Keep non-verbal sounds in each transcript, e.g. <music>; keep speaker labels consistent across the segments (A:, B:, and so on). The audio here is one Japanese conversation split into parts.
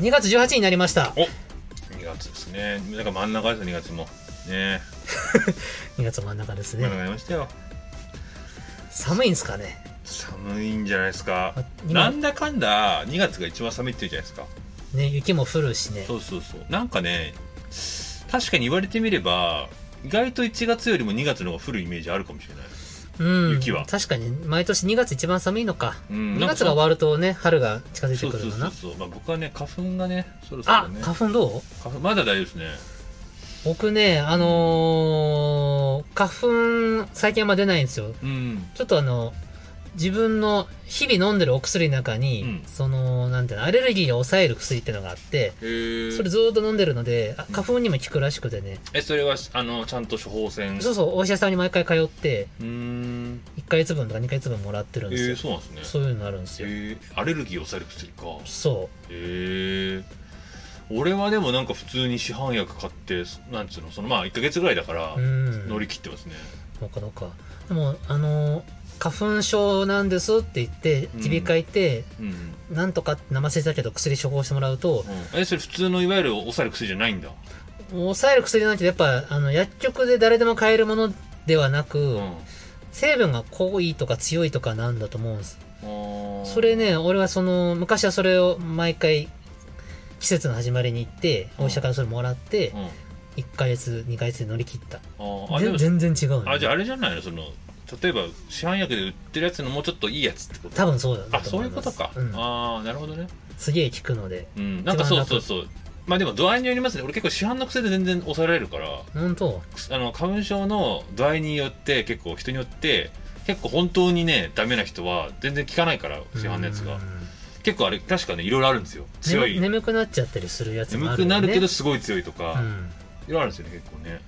A: 2月18になりました
B: お2月ですね。なんか真ん中ですね、2月も。ね
A: 2月真ん中です
B: え、真ん
A: ね
B: 中にましたよ。
A: 寒いんですかね
B: 寒いんじゃないですか
A: あ。今
B: なんだかんだ、2月が一番寒いって言うじゃないですか。
A: ね雪も降るしね
B: そうそうそう。なんかね、確かに言われてみれば、意外と1月よりも2月の方が降るイメージあるかもしれない。
A: うん
B: 雪は
A: 確かに毎年2月一番寒いのか、
B: うん
A: 2月が終わるとね春が近づいてくるのかな
B: そうそうそうそう、まあ、僕はね花粉がねそろそろ
A: あ
B: ね
A: 花粉どう
B: 花粉まだ大丈夫ですね
A: 僕ねあのー花粉最近あんま出ないんですよ
B: うん
A: ちょっとあの自分の日々飲んでるお薬の中に、
B: うん
A: そのなんていうのアレルギーを抑える薬ってのがあって
B: へえ
A: それずーっと飲んでるのであ花粉にも効くらしくてね、
B: えそれはあのちゃんと処方箋
A: そううそうお医者さんに毎回通って
B: うーん
A: 1ヶ月分とか2ヶ月分もらってるん
B: え
A: ですよ、
B: ー、そうなんですね
A: そういうのあるんですよ、
B: えー、アレルギーを抑える薬か
A: そ
B: へえ俺はでもなんか普通に市販薬買ってなんつうのそのまあ1か月ぐらいだから
A: ううん
B: 乗り切ってますね
A: なかなかでもあの花粉症なんですって言って
B: うん
A: 耳鼻科行って、
B: うん、うん
A: なんとかって名前忘れてたけど薬処方してもらうと
B: えそれ普通のいわゆる抑える薬じゃないんだ
A: 抑える薬なんてやっぱあの薬局で誰でも買えるものではなく、
B: うん
A: 成分が濃いとか強いとかなんだと思うんです
B: あー
A: それね俺はその昔はそれを毎回季節の始まりに行って
B: うん
A: お医者からそれもらって
B: うんあ
A: 1ヶ月2ヶ月で乗り切った
B: ーあで
A: ぜ
B: も
A: 全然違うのね
B: あじゃああれじゃないのその例えば市販薬で売ってるやつのもうちょっといいやつってこと
A: 多分そうだ
B: あ
A: と
B: そう
A: 思い
B: い
A: う
B: こ
A: ます
B: とか、
A: うん
B: ああなるほどね
A: すげえ効くので
B: うんなんかそうそうそうまあでも度合いによりますね俺結構市販の癖で全然抑えられるから
A: 本当
B: くすあの花粉症の度合いによって結構人によって結構本当にねダメな人は全然効かないから市販のやつが
A: うん
B: 結構あれ確かねいろいろあるんですよ強い、
A: 眠眠くなっちゃったりするやつもある
B: 眠く
A: よ、ね、
B: なるけどすごい強いと
A: う
B: か、
A: ん、
B: いろいろあるんですよね結構ね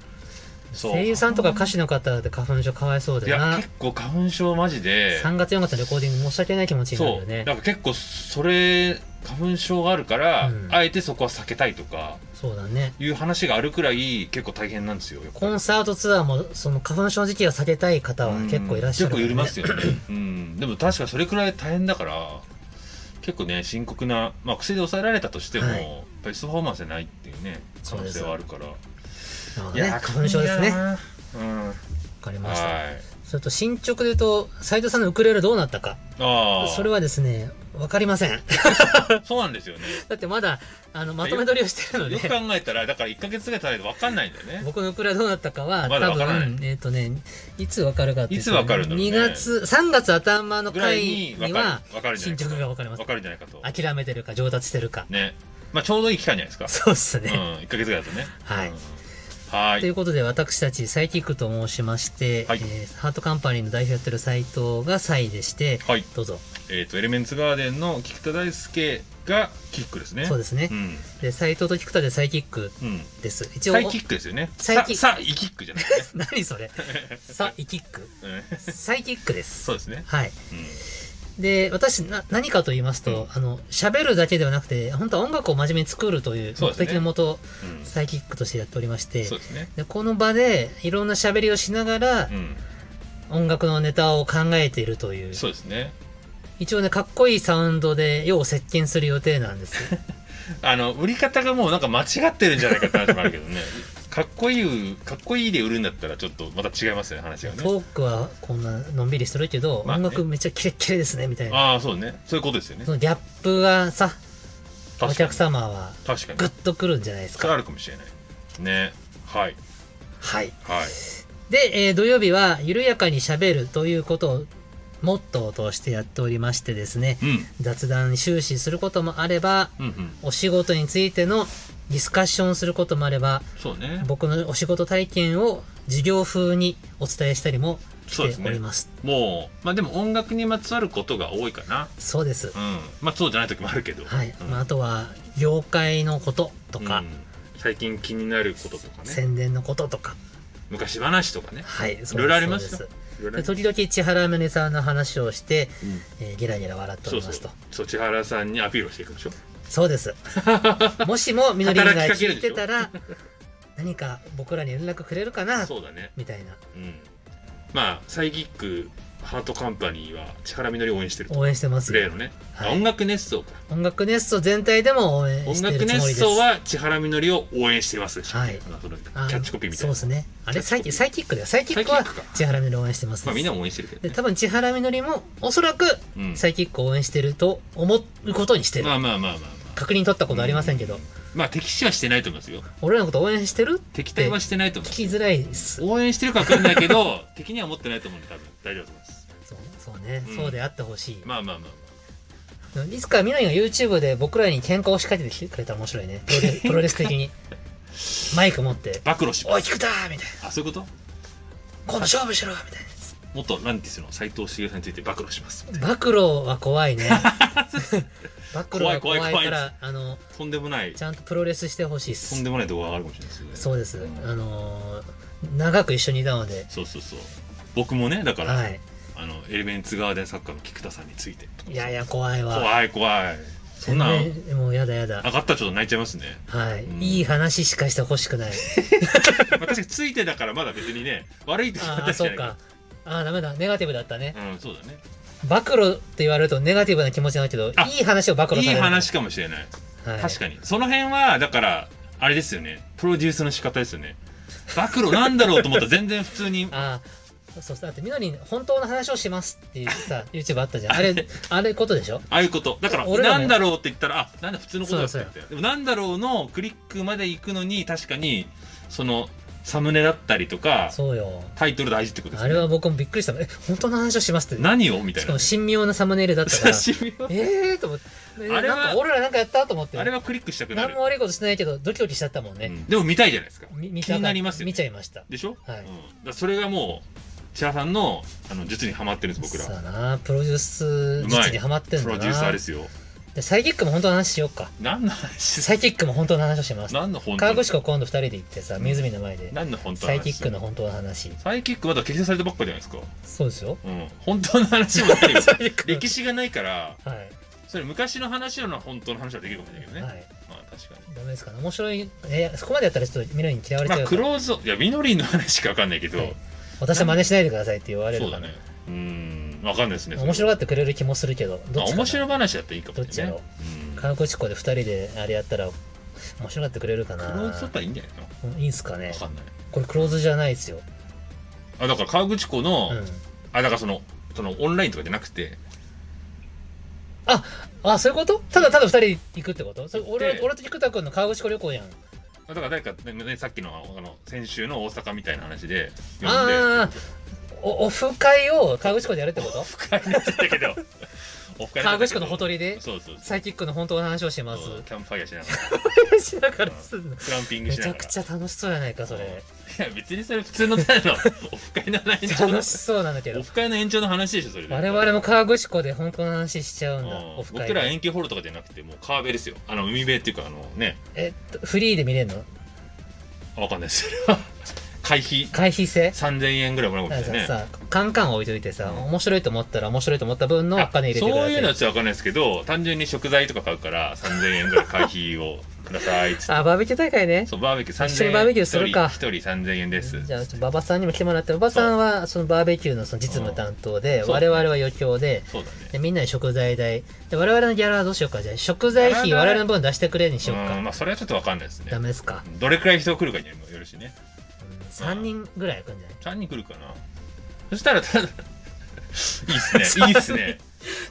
B: そう
A: 声優さんとか歌手の方で花粉症かわいそう
B: い
A: だ
B: や
A: な
B: 結構花粉症マジで
A: 3月4月のレコーディング申し訳ない気持ちになる
B: そ
A: よ
B: う
A: ね
B: だから結構それ花粉症があるから、
A: うん
B: あえてそこは避けたいとか
A: そうだね
B: いう話があるくらい結構大変なんですよやっぱ
A: コンサートツアーもその花粉症時期が避けたい方は結構いらっしゃるか
B: うん結構
A: ら
B: い
A: ね、
B: りますよね、うん、でも確かそれくらい大変だから結構ね深刻な、まあ、薬で抑えられたとしても、
A: はい
B: やっぱりパフォーマンスじゃないっていうね可能性はあるから、
A: なるほど
B: い
A: ね
B: やー
A: 花粉症ですね
B: 大変
A: わ
B: だなうんは
A: かり
B: い
A: ましたそれと進捗で言うと斉藤さんのウクレレどうなったか
B: ああ
A: それはですねわかりません <laughs>
B: そうなんですよね
A: だってまだあのまとめ取りをしてるの
B: よく
A: で
B: 考えたらだから1か月ぐらい経たないと分かんないんだよね
A: 僕のウクレレどうなったかは、
B: まだ
A: 多
B: わからない
A: 分えっ、とねいつわかるかってうと
B: いつわかるんだろうね
A: ?2 月3月頭の
B: ぐら
A: 回
B: いに分
A: に
B: か
A: は
B: る分かるんじ
A: 進
B: ゃないか
A: 捗
B: と
A: がわかります
B: 分かるんじゃないかと
A: 諦めてるか上達してるか
B: ねまあちょうどいい期間じゃないですか
A: そうっす
B: うん
A: ね、
B: 1か月ぐらいだとね
A: はい
B: うんは
A: とい
B: いう
A: ことで私たちサイキックと申しまして、
B: はい
A: えーハートカンパニーの代表やってる斎藤がサイでして
B: はい
A: どうぞ
B: えっとエレメンツガーデンの菊田大輔がキックですね
A: そうですね
B: う、ん
A: で斎藤と菊田でサイキック
B: うん
A: です一応
B: サイキックですよね
A: サイ
B: さ
A: キック
B: さイキックじゃないですね
A: <laughs> 何
B: <laughs>
A: それサイキック
B: うん
A: サイキックです
B: そうですね
A: はい
B: うん
A: で私な何かと言いますと、
B: うん
A: あの喋るだけではなくて本当は音楽を真面目に作るという
B: そう
A: 目
B: ですね
A: 的のもと、
B: うん
A: サイキックとしてやっておりまして
B: そうですね
A: でこの場でいろんな喋りをしながら
B: うん
A: 音楽のネタを考えているという
B: そうですね
A: 一応ねかっこいいサウンドで世を席巻する予定なん
B: <laughs>
A: ですよ
B: あの売り方がもうなんか間違ってるんじゃないかって話もあるけど
A: <laughs>
B: ねかっこいいかっこいいで売るんだったらちょっとまた違いますよね話がね
A: トークはこんなのんびりしてるけど、
B: まあね
A: 音楽めっちゃキレッキレですねみたいな
B: ああそうねそういうことですよね
A: そのギャップがさお
B: 確かに
A: 客様は
B: 確かに
A: グッとくるんじゃないです
B: それあ
A: か
B: るかもしれないねはい
A: はい
B: はい
A: で、えー土曜日は緩やかに喋るということをモットーとしてやっておりましてですね
B: うん
A: 雑談に終始することもあれば
B: うんうん
A: お仕事についてのディスカッションすることもあれば
B: そうね
A: 僕のお仕事体験を授業風にお伝えしたりも
B: そうで
A: し
B: す
A: てお
B: ね
A: ります
B: もうまあでも音楽にまつわることが多いかな
A: そうです
B: うんまあそうじゃない時もあるけど
A: はい、
B: うん
A: まあ、あとは業界のこととか、
B: うん最近気になることとかね
A: 宣伝のこととか
B: 昔話とかね
A: はいそうです
B: いろいろあります
A: そ
B: よ
A: うで
B: いろいろ
A: で
B: ね
A: 時々千原宗さんの話をして、
B: うん
A: えー、ゲラゲラ笑ってお
B: そう
A: り
B: そ
A: ま
B: う
A: すと
B: そちはらさんにアピールをしていくんでしょ
A: そうです
B: <laughs>
A: もしもみのりんが
B: 働きかけ
A: 聞
B: る
A: い
B: でしてょ
A: たら何か僕らに連絡くれるかな
B: そうだね
A: みたいな
B: うんまあサイキックハートカンパニーは千原みのりを応援してると
A: 応援してます
B: 例
A: よ
B: の。ね、
A: はい
B: あ音楽熱奏か
A: 音楽ネスト全体でも応援
B: 音
A: してるつも
B: 楽
A: り
B: 熱
A: です。
B: 奏は千原みのりを応援してます、
A: はい
B: まあそのキ
A: あ
B: ャッチコピーみたい
A: そう
B: な
A: ですね。あれ
B: キャ
A: サイ
B: ッチコピ
A: キ
B: ー
A: サイキックだよ。サイキックは
B: サイキックか
A: 千原みのり応援してます。
B: まあみんなも応援してるけど、
A: で
B: ね
A: 多分千原みのりもおそらく
B: うん、
A: サイキックを応援してると思うことにしてる。
B: まあまあまあまあまあ
A: 確認取ったことありませんけど、
B: まあ敵視はしてないと思いますよ
A: 俺らのこと応援してる
B: 敵対はしてないと思い
A: 聞
B: ま
A: き
B: す
A: づらいっす。
B: 応援してるかわかんないけ
A: <laughs>
B: ど敵には持ってないと思うんで多分大丈夫だと思います
A: そうそうね、
B: うん
A: そうであってほしい。
B: まあまあまあ、ま
A: いつかみのりが YouTube で僕らに喧嘩を仕掛けてきてくれたら面白いね。プロレプロレス的に。マイク持って、
B: あ、暴露し
A: お
B: ま
A: い、
B: す
A: 菊田みたいな。
B: あそういうこと
A: 今度勝負しろみたい
B: 元ランティスの斎藤茂さんについて暴露します
A: な。暴露は怖
B: <laughs>
A: いね。暴露は怖いから
B: 怖い怖い怖い
A: あの、
B: とんでもない
A: ちゃんとプロレスしてほしいっ
B: とん
A: す。
B: でもない動画があるかもしれないですよね
A: そうです。あのー長く一緒にいたので、
B: そうそうそう僕もねだから、
A: はい。
B: あのエレメンツガーデン作家の菊田さんについて
A: いやいや、怖いわ。
B: 怖い怖いそんなん
A: 全然もうやだやだ
B: 上。がったらちょっと泣いちゃいますね
A: はい、
B: うん
A: いい話しかしてほしくない。
B: まあ確かについてだからまだ別にね悪い時は
A: ああ、
B: <laughs> 確か
A: そ
B: に
A: うか。ああ、ダメだ。ネガティブだったね。
B: うんそうだね
A: 暴露って言われるとネガティブな気持ちになるけど、
B: あ
A: いい話を暴露
B: い
A: され
B: い
A: るから。
B: 話かもしれない
A: はい、
B: 確かにその辺はだからあれですよねプロデュースの仕方ですよね暴露なんだろうと思ったら全然普通に
A: ああ、そうだってみのりん本当の話をしますっていうさ、YouTube あったじゃん。あ
B: <laughs>
A: れ、あれことでしょ
B: ああいうことだから
A: 俺らも
B: なんだろうって言ったらあなんだ普通のことだったよ
A: そう
B: ってでもなんだろうのクリックまで行くのに確かにそのサムネだったりとか
A: そうよ。
B: タイトル大事ってことです
A: あ
B: よ
A: れ
B: ね
A: は僕もびっくりしたもん。え、本当の話をしますって。
B: 何をみた
A: し
B: い
A: か
B: な
A: も神妙なサムネイルだった
B: <laughs>
A: から。
B: 刺身は
A: ええーと思って。
B: あれは
A: なんか俺らなんかやったと思って。
B: あれはクリックしたくな
A: 何
B: る
A: も悪いことしてないけど、ドキドキしちゃったもん
B: う
A: ね。
B: んでも見たいじゃないですか
A: み見たか
B: 気になりますよね
A: 見ちゃいました。
B: でしょ、
A: はい
B: うん、だからそれがもう千葉さんのあの術にはまってるんです僕
A: さ
B: ら
A: あなプロデュース術にハマってん
B: プ
A: だ
B: ロ
A: な
B: デューサーですよ
A: でサイキックも本当の話しようか
B: 何の話
A: サイキックも本当の話をします
B: 何の本当
A: 河
B: の
A: 口湖今度二人で行ってさ湖の前で
B: 何の本当の
A: サイキ
B: 話
A: ックの本当の話
B: サイキックまだ結成されたばっかじゃないですか
A: そうですよ
B: うん本当の話もない
A: <laughs>
B: よ
A: サイキック
B: 歴史がないから
A: はい、
B: それ昔の話なら本当の話はできるかもしれないけどね、
A: はい
B: まあ確かに
A: ダメですかね面白いえそこまでやったらちょっとミロに嫌われち
B: ま
A: ゃ
B: あ
A: う
B: ク
A: から、
B: ローズいやみのりんの話しか分かんないけど、
A: はい私は真似しないでくださいって言われる
B: そう
A: か
B: だね
A: ら
B: うん分かんないですね
A: 面白
B: い
A: がってくれる気もするけどどっちかな
B: 面白い話だったらいいかもしれないね
A: どっ
B: うん
A: 河口湖で二人であれやったら面白がってくれるかな
B: クローズだったらいいんじゃないの
A: うんいいんすかね
B: 分かんない
A: これクローズじゃないですよ、
B: あだから河口湖の、
A: うん、
B: あだからそのそのオンラインとかじゃなくて
A: あそういうことただただ二人で行くってことそれ
B: 行っ
A: 俺
B: て
A: 俺と菊田君の河口湖旅行やん
B: あだから誰か、ねねさっきのあの先週の大阪みたいな話で呼んで
A: ああおオフ会を河口湖でやるってこと
B: オフ会になっちゃった
A: <laughs>
B: けどオ
A: 河
B: フ会になっちゃったけど
A: 口湖のほとりで
B: そうそうそう
A: サイキックの本当の話をします
B: そうキャンプファイヤーしながら
A: しながらすんの
B: グランピング
A: め
B: しな
A: ち
B: が
A: ゃく
B: ら
A: ちゃ楽しそうやないかそれ
B: いや別にそれ普通の <laughs> ただのオフ会の延長の
A: 楽しそうなんだけど
B: オフ会の延長の話でしょそれ
A: 我々も
B: カ
A: 河口湖で本当の話しちゃうんだオフ会
B: 僕ら遠景ホールとかじゃなくてもう川辺ですよあの海辺っていうかあのね
A: えっとフリーで見れるの
B: わかんないですそ <laughs> れは会費
A: 会費制
B: 3000円ぐらいもらうかも
A: なん
B: しれ
A: か
B: ないね
A: さカンカン置いといてさ
B: うん
A: 面白いと思ったら面白いと思った分のお金入れてください
B: そういうのはちょっとわかんないですけど単純に食材とか買うから3000円ぐらい会費をくださいっつって
A: あバーベキュー大会ね
B: そうバーベキュー3000円
A: 一緒にバーベキューするか
B: 一人一人3000円です
A: じゃあちょっと馬場さんにも来てもらって馬場さんはそのバーベキューのその実務担当で、我々は余興で
B: そうだね
A: でみんなに食材代で我々のギャラはどうしようかじゃあ食材費
B: ギャラ
A: 我
B: 代
A: 々の分出してくれにしようか、
B: うんまあそれはちょっとわかんないですね
A: ダメですか、
B: どれくらい人が来るかにもよるしね
A: うん、3人ぐらい来るんじゃない
B: 3人来るかなそしたらただ <laughs> いいっ
A: <laughs>
B: すねいいっすね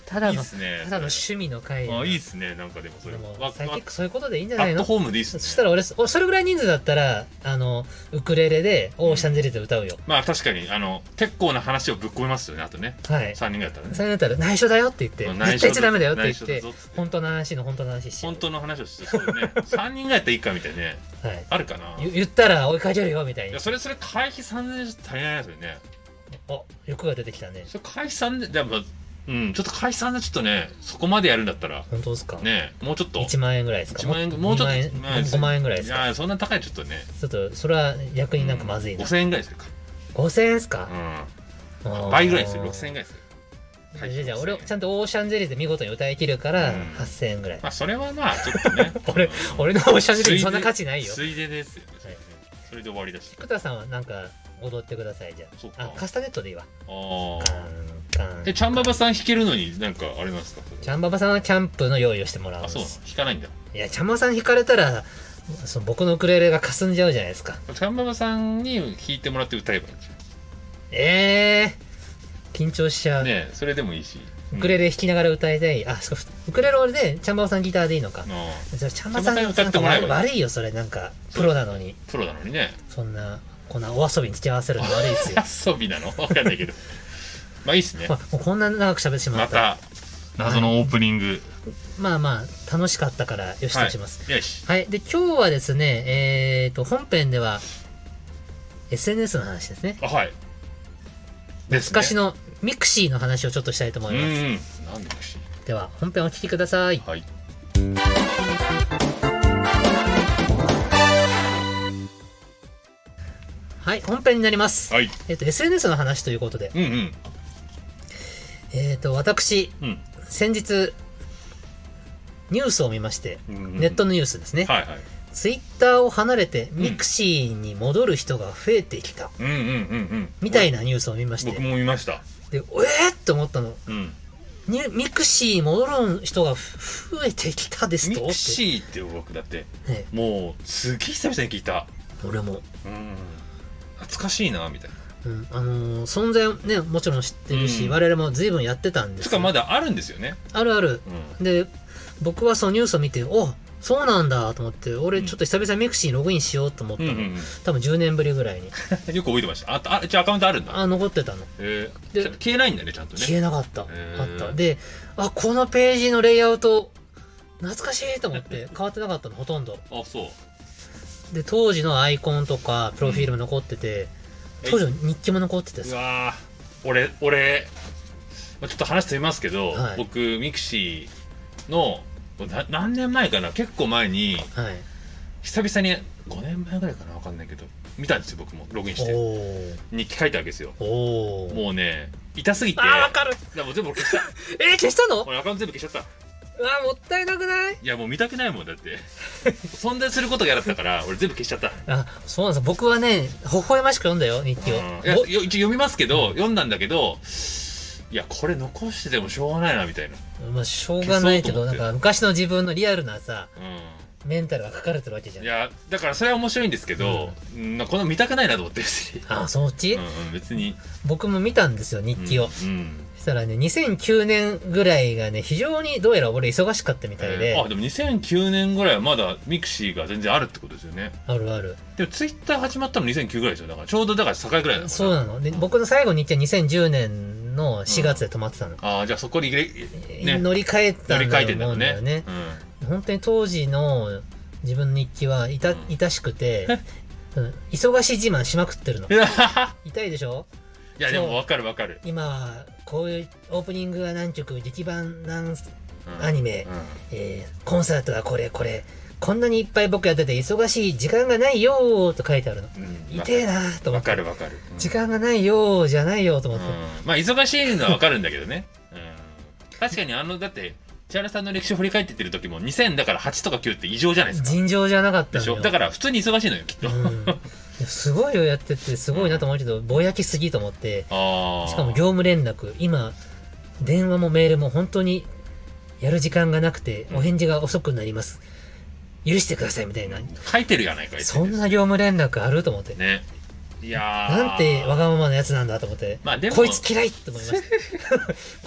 A: ただ
B: いい
A: の
B: っすね
A: ただの趣味の会
B: あいいっ
A: す
B: すねなんかでもそれ
A: で
B: は
A: も
B: わわ
A: 最近そういうことでいいんじゃ
B: ア
A: ない
B: ット
A: の
B: ホームでいいっす
A: そ
B: ね
A: したら俺おそれぐらい人数だったらあのウクレレで「オーシャンゼリゼ」歌うよ、
B: まあ確かにあの結構な話をぶっ込みますよねあとね
A: はい
B: 3人ぐらいだったらね
A: それだったら「内緒だよ」って言って「
B: うん
A: 絶対言っちゃダメだよ」って言
B: 内
A: っ
B: 緒だ
A: て
B: ぞ内緒だぞっつって
A: 本当の話の本当の話しよう
B: 本当の話をしてそうだね3人ぐらいやったらいいかみたいなね
A: はい
B: あるかな
A: ゆ
B: い
A: 言ったら追いかけるよみたいに
B: やそれそれ会費3000円じゃ足りないですよね
A: あ欲が出てきたね
B: それ会費3000円でもうんちょっと会費3000円ちょっとねそこまでやるんだったら
A: 本当ですか、
B: ねもうちょっと
A: 1万円ぐらいですか
B: 1万円もうちょっと
A: 2万円5万円ぐらいです
B: い
A: か
B: やそんな高いちょっとね
A: ちょっとそれは逆になんかまずいな、
B: 5000円ぐらいするか
A: 5000円ですか、あ
B: うん
A: ー
B: 倍ぐらいでする6000円ぐらいでする
A: じゃあじゃあじゃあ俺ちゃ
B: ん
A: んとオーシャンゼリーで見事に歌い切るから
B: うん
A: 8000円ぐらい、 <laughs>
B: まあそれはまあちょっとね
A: 俺俺のオーシャンゼリーそんな価値ないよ
B: ついでですよね
A: はい
B: それで終わりだし
A: 菊田さんはなんか踊ってくださいじゃ
B: そっ
A: あ
B: か
A: あカスタネットでいいわ
B: あ
A: カ
B: あ
A: ンカン
B: え
A: チ
B: ちゃんばばさん弾けるのになんかあれなんですか
A: ャンババさんはキャンプの用意をしてもらうん
B: あ
A: です
B: そうなの弾かないんだ
A: いやチャンババさん弾かれたらその僕のウクレレがかすんじゃうじゃないですか
B: ちゃんばばさんに弾いてもらって歌えばいいんじゃん
A: えー、緊張しちゃう、
B: ねえそれでもいいし
A: ウクレレ弾きながら歌いたいあそうウクレレ俺でチャンババさんギターでいいのか
B: うんああ
A: じゃあチャンババさん
B: チャンバさん歌ってもらえばいい
A: 悪いよそれなんかプロなのに
B: プロなのにね <laughs>
A: そんなこんなお遊びに付き合わせるの悪いですよ
B: 遊びなのわかんないけどまあいいっすね
A: <laughs> まあ、もうこんな長く喋ってしま
B: ま
A: ったら
B: た謎のオープニング
A: まあまあ楽しかったからよしとします、
B: よし
A: はい、で今日はですねえー、と本編では SNS の話ですね
B: あはいですね
A: 昔のミクシーの話をちょっとしたいと思
B: う
A: い
B: んう
A: ます、
B: んなんでかし
A: では本編お聞きください
B: はい
A: はい本編になります、
B: はい
A: えっと SNS の話ということで、
B: うんうん
A: えっと私
B: うん
A: 先日ニュースを見まして
B: うんうん
A: ネットのニュースですね、
B: はいはい
A: ツイッターを離れてミクシーに戻る人が増えてきた、
B: うんうんうんうん
A: みたいなニュースを見まして
B: 僕も見ました
A: でえーっと思ったの
B: うん
A: にミクシーに戻る人がふ増えてきたです
B: ミ
A: と
B: クシーって僕だって
A: ー、ね
B: もうすげえ久々に聞いた
A: 俺も、
B: うん懐かしいなみたいな
A: うんあのー存在をねもちろん知ってるし、
B: うん
A: 我々も随分やってたんで
B: つ
A: す
B: か
A: よ
B: まだあるんですよね
A: あるある
B: うん
A: で僕はそのニュースを見ておそうなんだと思って俺ちょっと久々にミクシーにログインしようと思った
B: うん
A: の、
B: うん
A: 多分10年ぶりぐらいに
B: うんよく覚えてましたああじゃあアカウントあるんだ
A: あ残ってたの
B: え
A: で
B: ーじゃあ消えないんだねちゃんとね
A: 消えなかった、
B: へ
A: あ
B: ー
A: ったであこのページのレイアウト懐かしいと思
B: <laughs>
A: って変わってなかったのほとんど
B: あそう
A: で当時のアイコンとかプロフィールも残ってて、
B: うん
A: 当時の日記も残ってて
B: う
A: さ
B: わー俺俺まあちょっと話飛びますけど、
A: はい
B: 僕ミクシーのな何年前かな結構前に
A: はい
B: 久々に5年前ぐらいかな分かんないけど見たんですよ僕もログインし
A: お
B: て
A: ー
B: 日記書いたわけですよ
A: おー
B: もうね痛すぎて
A: あーわかる
B: いやもう全部俺消し
A: えー、消した <laughs> の
B: た俺アカウント全部消しちゃった
A: うわもったいなくない
B: いやもう見たくないもんだって
A: <laughs>
B: 存在することが嫌だったから俺全部消しちゃった
A: あそうなんです僕はね微笑ましく読んだよ日記を、
B: うんいや
A: ぼ
B: よ一応読みますけど、読んだんだけどいやこれ残しててもしょうがないなみたいな、
A: まあ、しょうがないけど、
B: 消
A: なん
B: そうと思って
A: か昔の自分のリアルなさ、
B: うん、
A: メンタルが書かれてるわけじゃ
B: い
A: ん。あ
B: やだからそれは面白いんですけど、うんこの見たくないなと思って別に
A: あ、そのうち、
B: うんうん、別に
A: 僕も見たんですよ、日記を。
B: うんうん
A: そしたらね、2009年ぐらいがね、非常にどうやら俺忙しかったみたいで、
B: えーあでも2009年ぐらいはまだミクシーが全然あるってことですよね
A: あるある。
B: でもツイッター始まったの2009ぐらいですよだからちょうどだから境ぐらいだから
A: そうなの。で、僕の最後の日記は2010年の4月で止まってたの。
B: ああじゃあそこに入れね
A: 乗り換えた
B: 乗り
A: んだ
B: 換え
A: と
B: てんだ
A: 思
B: ろ
A: う
B: うん
A: だ
B: ね
A: よね。
B: うん
A: 本当に当時の自分の日記はいた、
B: うん
A: 痛しく
B: <laughs>
A: て、うん忙しい自慢しまくってるの
B: い。や
A: 痛いでしょ
B: <laughs> いやでもわかるわかる、
A: 今はこういうオープニングが何曲劇版何、
B: うん
A: アニメ
B: うん
A: えーコンサートはこれこれこんなにいっぱい僕やってて忙しい時間がないよーと書いてあるの
B: うん
A: 痛えなーと思
B: わ
A: って
B: かるわかる、うん
A: 時間がないよーじゃないよーと思
B: う
A: って、
B: んまあ忙しいのはわかるんだけどね、うん、確かにあのだって千原さんの歴史を振り返ってってる時も2000だから8とか9って異常じゃないですか
A: 尋常じゃなかった
B: で
A: の
B: し
A: よ
B: ょだから普通に忙しいのよきっと、
A: う
B: あ
A: ん、すごいよやっててすごいなと思うけど、ぼやきすぎと思って
B: あ
A: しかも業務連絡今電話もメールも本当にやる時間がなくて
B: うん
A: お返事が遅くなります許してくださいみたいな、
B: 書いてるやないかい
A: そんな業務連絡あると思って、
B: ねいやー
A: なんてわがままなやつなんだと思って、
B: まあでも
A: こいつ嫌いって思いました
B: <laughs>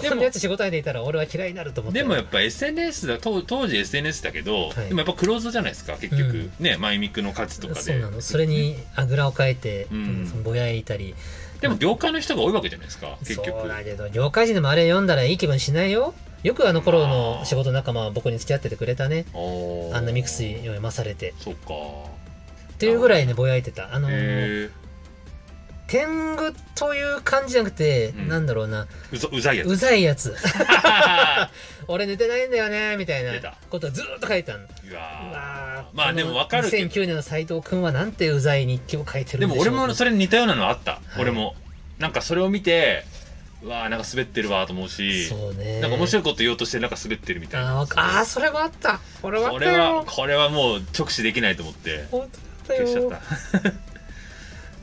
B: でも
A: こんなやつ仕事内でいたら俺は嫌いになると思って
B: でもやっぱ SNS だ当当時 SNS だけど、
A: はい
B: でもやっぱクローズじゃないですか結
A: う
B: 局
A: ん、
B: ねマイミクの数とかで
A: そうなのそれにあぐらをかいて、
B: うん
A: うんそのぼやいたり
B: でも業界の人が多いわけじゃないですか結局
A: そうだけど業界人でもあれ読んだらいい気分しないよよくあの頃の仕事仲間は僕に付き合っててくれたね
B: おー
A: あんなミクシー読まされて
B: そっか
A: っていうぐらいねぼやいてたあのー
B: へえ
A: 天狗という感じじゃなくて、
B: うん
A: なんだろうな
B: うざうざいやつ
A: うざいやつ <laughs> 俺寝てないんだよねみたいな
B: 出た
A: ことをずーっと書いてたの
B: <laughs> いうや
A: わ
B: ー
A: ー
B: まあでもわかるけど
A: 2009年の斎藤君はなんてうざい日記を書いて
B: で
A: るん
B: も
A: しょ
B: 俺
A: う
B: もそれに似たようなのあった、
A: はい
B: 俺もなんかそれを見てうわーなんか滑ってるわーと思うし
A: そうね
B: なんか面白
A: い
B: いこと言おうとしてなんか滑ってるみたい
A: あー
B: な
A: わかあーそれもあったこれもあ
B: こ
A: った
B: れは
A: よ
B: これはもう直視できないと思って
A: 本当だった
B: 消しちゃっ
A: よ
B: た <laughs>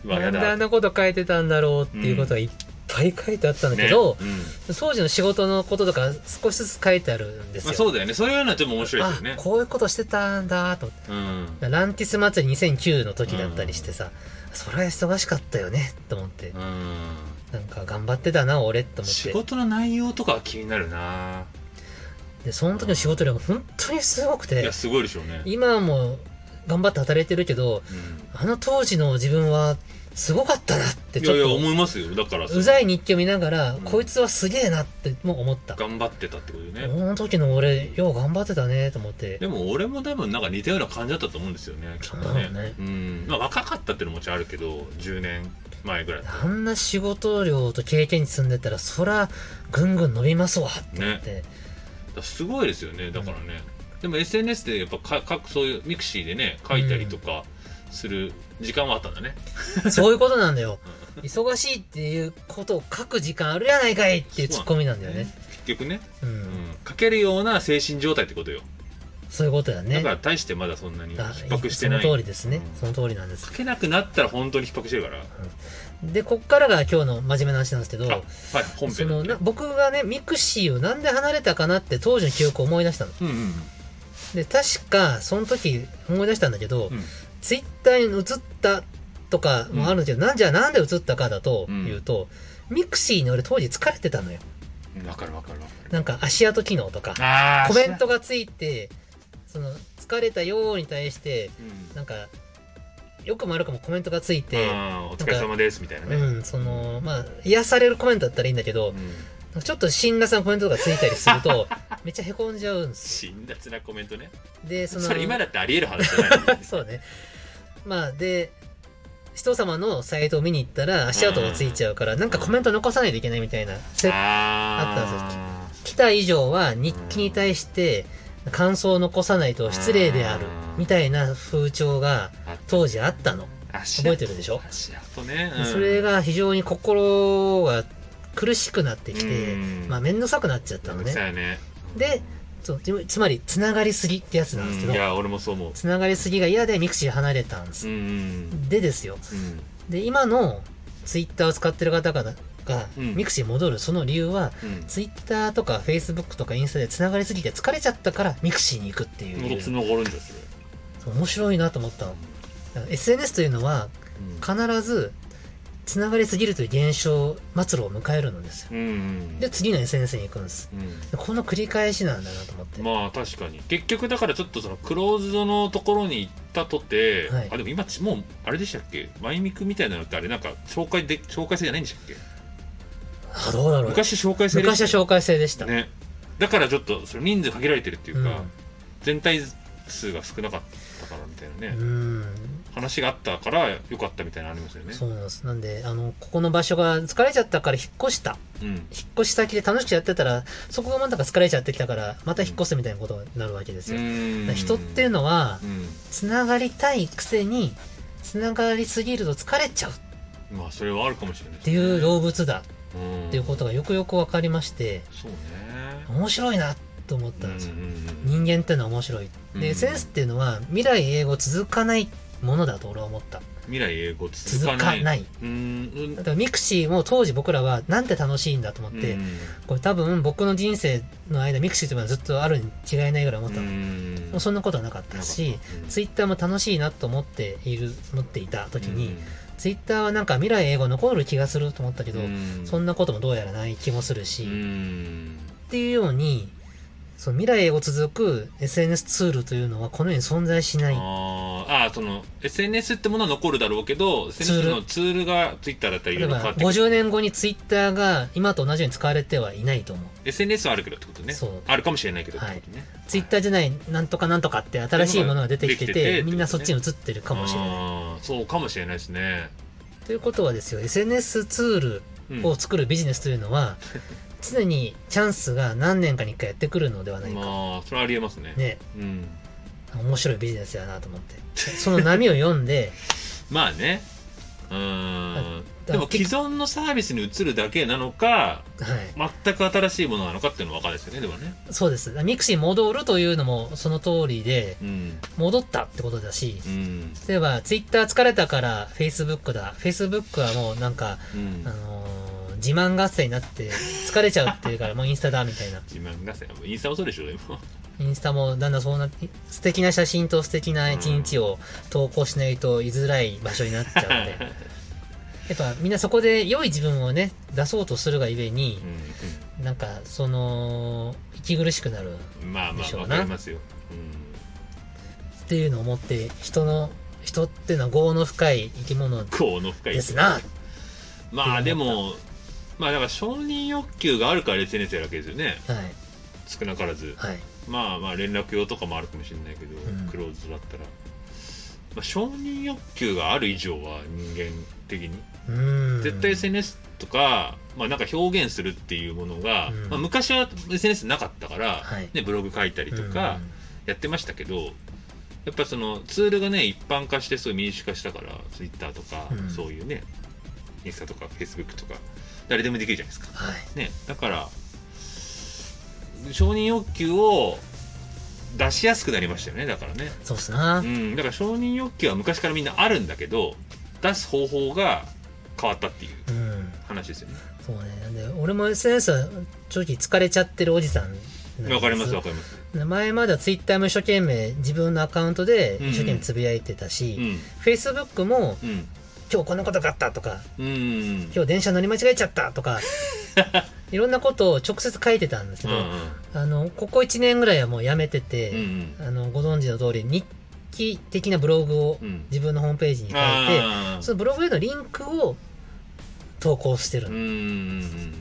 B: うわ
A: な
B: や
A: ん
B: だ
A: であんなこと書いてたんだろうっていうことはいっぱい書いてあったんだけど、
B: ねうん
A: 当時の仕事のこととか少しずつ書いてあるんですよ、
B: まあ、そうだよねそういうのはちょっと面白いですよ
A: あ
B: ね
A: こういうことしてたんだと思って
B: うん
A: ランティス祭り2009の時だったりしてさ、そりゃ忙しかったよねと思って、
B: うん
A: なんか頑張ってたな俺と思っ
B: 仕
A: て
B: 事の内容とかは気になるな
A: でその時の仕事量が本当にすごく
B: い
A: て
B: やすごいでしょうね
A: 今も頑張って働いてるけど
B: うん
A: あの当時の自分はすごかったなって
B: い
A: ちょっ
B: やい
A: と
B: や思いますよだから
A: うざい日記を見ながら、
B: ん
A: こいつはすげえなっても思った。こ
B: 頑張ってたってことね
A: の時の俺、よう頑張ってたねと思って。
B: でも俺も多分なんか似たような感じだったと思うんですよねきっと
A: そうだ
B: ね
A: ろうね
B: うんまあ、若かったっていうのももちろんあるけど10年前ぐらいだった
A: あんな仕事量と経験値積んでたら、そら、ぐんぐん伸びますわって思って。
B: らすごいですよねだからね、でも SNS でやっぱか各そういうミクシーでね書いたりとかする時間はあったんだね、
A: そういうことなんだよ。忙しいっていうことを書く時間あるやないかいっていうツッコミなんだよね。
B: 結局ね、
A: う。
B: うんん、書けるような精神状態ってことよ
A: そういうことだ
B: だ
A: ね。
B: から大してまだそんなに
A: だ
B: 逼迫してない
A: その通りですね。
B: うん
A: その通りなんです
B: 書。けなくなったら本当に逼迫してるから
A: で、こっからが今日の真面目な話なんですけど、
B: あはい本
A: そ
B: 編
A: のな僕がね、ミクシーをなんで離れたかなって当時の記憶を思い出したの。
B: うんうん
A: で確かその時思い出したんだけど、
B: うん
A: ツイッターに移ったとかもあるんだけど、なんじゃあなんで移ったかだと
B: うん
A: いうと、ミクシーに俺当時疲れてたのよ
B: うんわかるわかるわかる
A: なんか足跡機能とか
B: あー
A: コメントがついてその疲れたように対して
B: うん
A: なんかよくも悪くもコメントがついて、
B: あーお疲れ様ですみたいな
A: う
B: ね、
A: ん、そのまあ癒されるコメントだったらいいんだけど
B: う、ん
A: ちょっと辛辣なコメントとかついたりするとめっちゃへこんじゃうんです
B: 辛辣なコメントね
A: でそ
B: そ
A: の
B: れ今だってありえる話じゃない
A: <laughs> そうね。まあ、で、人様のサイトを見に行ったら足跡がついちゃうから、なんかコメント残さないといけないみたいな。せあ
B: あ
A: 来た以上は日記に対して感想を残さないと失礼である、みたいな風潮が
B: あった
A: 当時あったの。
B: ったんです
A: 覚えてるでしょ
B: 足跡ね、
A: それが非常に心が苦しくなってきて、まあ、
B: め
A: めんどくさくなっちゃったの
B: んどくさ
A: ね。
B: いよね
A: で、そうつつまり、つながりすぎってやつなんですけ
B: うんい
A: ど、
B: や俺もそう思う
A: つながりすぎが嫌でミクシー離れたんで
B: う
A: す。
B: ん
A: でですよ。
B: うん
A: で今のツイッターを使ってる方々が
B: うん
A: ミクシーに戻るその理由は、
B: うん
A: ツイッターとかフェイスブックとかインスタで繋がりすぎて疲れちゃったからミクシーに行くっていう理
B: 元つ
A: 由
B: ながるんですよ
A: 面白いなと思ったのだから SNS というのは必ず繋がりすぎるという現象末路を迎えるのですよ
B: うんうん
A: で次の SNS に行くんです
B: うん
A: でこの繰り返しなんだなと思って、
B: まあ確かに結局だからちょっとそのクローズドのところに行ったとて、
A: はい
B: あでも今ちもうあれでしたっけマイミクみたいなのってあれなんか紹介で紹介制じゃないんでしたっけ
A: あどうだろう
B: 昔紹介制で
A: 昔は
B: した
A: 紹介制でした、
B: ねだからちょっとその人数限られてるっていうか、
A: うん
B: 全体数が少なかったからみたいなね、
A: うん
B: 話があったからよかったみたいなのありますよね
A: そうなんですなんであのここの場所が疲れちゃったから引っ越した
B: うん
A: 引っ越し先で楽しくやってたらそこがまた疲れちゃってきたからまた引っ越すみたいなことになるわけですよ、
B: うん
A: 人っていうのは
B: う
A: つながりたいくせにつながりすぎると疲れちゃうっ
B: んまあそれはあるかもしれないって
A: いう動物だっていうこととがよくよく分かりまして
B: そうね
A: 面白いなと思ったんですよ、
B: うん
A: 人間ってのは面白い
B: うん
A: でセンスっていうのは未来英語続かないものだと俺は思った
B: 未来英語続
A: 続
B: かな
A: か
B: い
A: ない
B: うんうん
A: だからミクシーも当時僕らはなんて楽しいんだと思って、
B: うん
A: これ多分僕の人生の間ミクシーというのはずっとあるに違いないぐらい思ったの、
B: うん
A: もうそんなことはなかったし、
B: うん
A: ツイッターも楽しいなと思っている、持っていた時に、
B: うん
A: ツイッターはなんか未来英語残る気がすると思ったけど、
B: うん
A: そんなこともどうやらない気もするし、
B: う
A: っ
B: ん
A: ていうように、その未来英語続く SNS ツールというのはこの世に存在しない。
B: あーあーその SNS ってものは残るだろうけ
A: ー
B: ど
A: ル
B: SNS のツールが Twitter だったりい
A: 例え
B: ろいろ変わ
A: ば
B: ってくる
A: 50年後にツイッターが今と同じように使われてはいないと思う。
B: SNS はあるけどってことね
A: そう
B: あるかもしれないけどってことね、
A: ツイッターじゃないなんとかなんとかって新しいものが出てきてて
B: できてて
A: みんなそっちに移ってるかもしれない。
B: ないそうかもしれないですね
A: ということはですよ SNS ツール
B: うん
A: を作るビジネスというの
B: <laughs>
A: は、常にチャンスが何年かに一回やってくるのではないか、
B: まあそれはありえますね
A: ね
B: うん
A: 面白いビジ
B: <laughs>
A: ネスやなと思ってその波を読んで
B: まあねうーんでも
A: あ
B: 既
A: て
B: 存のサービスに移るだけなのか
A: はい、
B: 全く新しいものなのかっていうのは分かんないですよねでもね
A: そうです。ミクシーに戻るというのもその通りで、
B: うん
A: 戻ったってことだし
B: う、ん
A: 例えば、ツイッター疲れたから、フェイスブックだ。フェイスブックはもうなんか、
B: うん
A: あのー自慢合戦になって、疲れちゃうっていう
B: <laughs>
A: から、もうインスタだ、みたいな。
B: 自慢がさインスタもそうでしょでも
A: インスタもだんだんそうなって、素敵な写真と素敵な一日を投稿しないと居づらい場所になっちゃうんで。やっぱみんなそこで良い自分をね、出そうとするがゆえに、
B: う
A: なんか、その、息苦しくなるっ
B: んまあま
A: で
B: あ
A: しょうな
B: 分かりますよ
A: ていうのを思って、人の、人っていうのは業の深い生き物
B: この深い
A: ですな。
B: まあでもまあだから承認欲求があるから SNS やるわけですよね
A: はい。
B: 少なからず
A: はい。
B: まあまあ連絡用とかもあるかもしれないけど、
A: うん
B: クローズだったら、まあ、承認欲求がある以上は人間的に
A: うーん。
B: 絶対 SNS とか、まあ、なんか表現するっていうものが、
A: うん
B: まあ、昔は SNS なかったから、
A: はい
B: ね、ブログ書いたりとかやってましたけど、やっぱそのツールがね一般化してそういう民主化したからツイッターとか、
A: うん
B: そういうねインスタとかフェイスブックとか誰でもできるじゃないですか。
A: うん。はい。
B: ね、だから承認欲求を出しやすくなりましたよねだからね、
A: そうっすな。
B: うん、だから承認欲求は昔からみんなあるんだけど出す方法が変わったっていう
A: うん。
B: 話ですよね
A: そうね。なんで、俺も SNS は正直疲れちゃってるおじさんなんです。
B: わかりますわかります
A: 前まではツイッターも一生懸命自分のアカウントで
B: うんうん
A: 一生懸命つぶやいてたし、
B: うん
A: フェイスブックも
B: うん
A: 今日こんなことがあったとか
B: うん
A: 今日電車乗り間違えちゃった
B: <laughs>
A: とかいろんなことを直接書いてたんですけ
B: うん
A: ど、
B: うん
A: あのここ1年ぐらいはもうやめて
B: うんう
A: て、
B: ん
A: あのご存知の通り日記的なブログを
B: うん
A: 自分のホームページに書いて、
B: あー
A: そのブログへのリンクを投稿してる
B: うん
A: だ
B: うんうん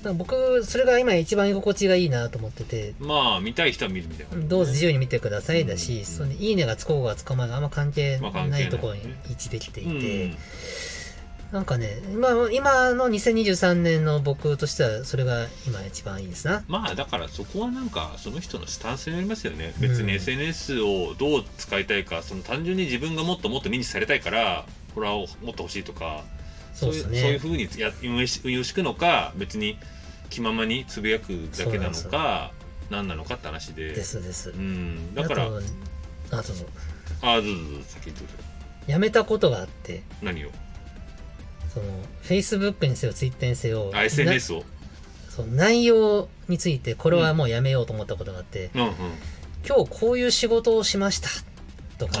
A: から僕それが今一番居心地がいいなと思ってて
B: うんまあ見たい人は見るみたいな感じね
A: どうぞ自由に見てくださいだし、
B: うん
A: そのいいねがつこうがつかまうがあんま関係
B: まあ関係
A: な
B: ない
A: い
B: ね
A: ところに位置できていて、
B: うん
A: なんかね今今の2023年の僕としてはそれが今一番いいですな。
B: まあだからそこはなんかその人のスタンスによりますよね
A: う
B: 別
A: ん
B: に SNS をどう使いたいかその単純に自分がもっともっと認知されたいからフォロワーをもっと欲しいとか
A: そう
B: い
A: で
B: う
A: す
B: そう
A: ね
B: いうふうにや運営し運用していくのか別に気ままにつぶやくだけなの
A: そう
B: か何なのかって話で
A: ですです
B: う。んだから
A: あとあと
B: ああどうぞどうぞ先にどうぞ
A: やめたことがあって
B: 何を
A: その Facebook にせよ Twitter にせよ
B: あ SNS を
A: なそう内容についてこれはもうやめようと思ったことがあって、
B: うんうん
A: 今日こういう仕事をしましたとか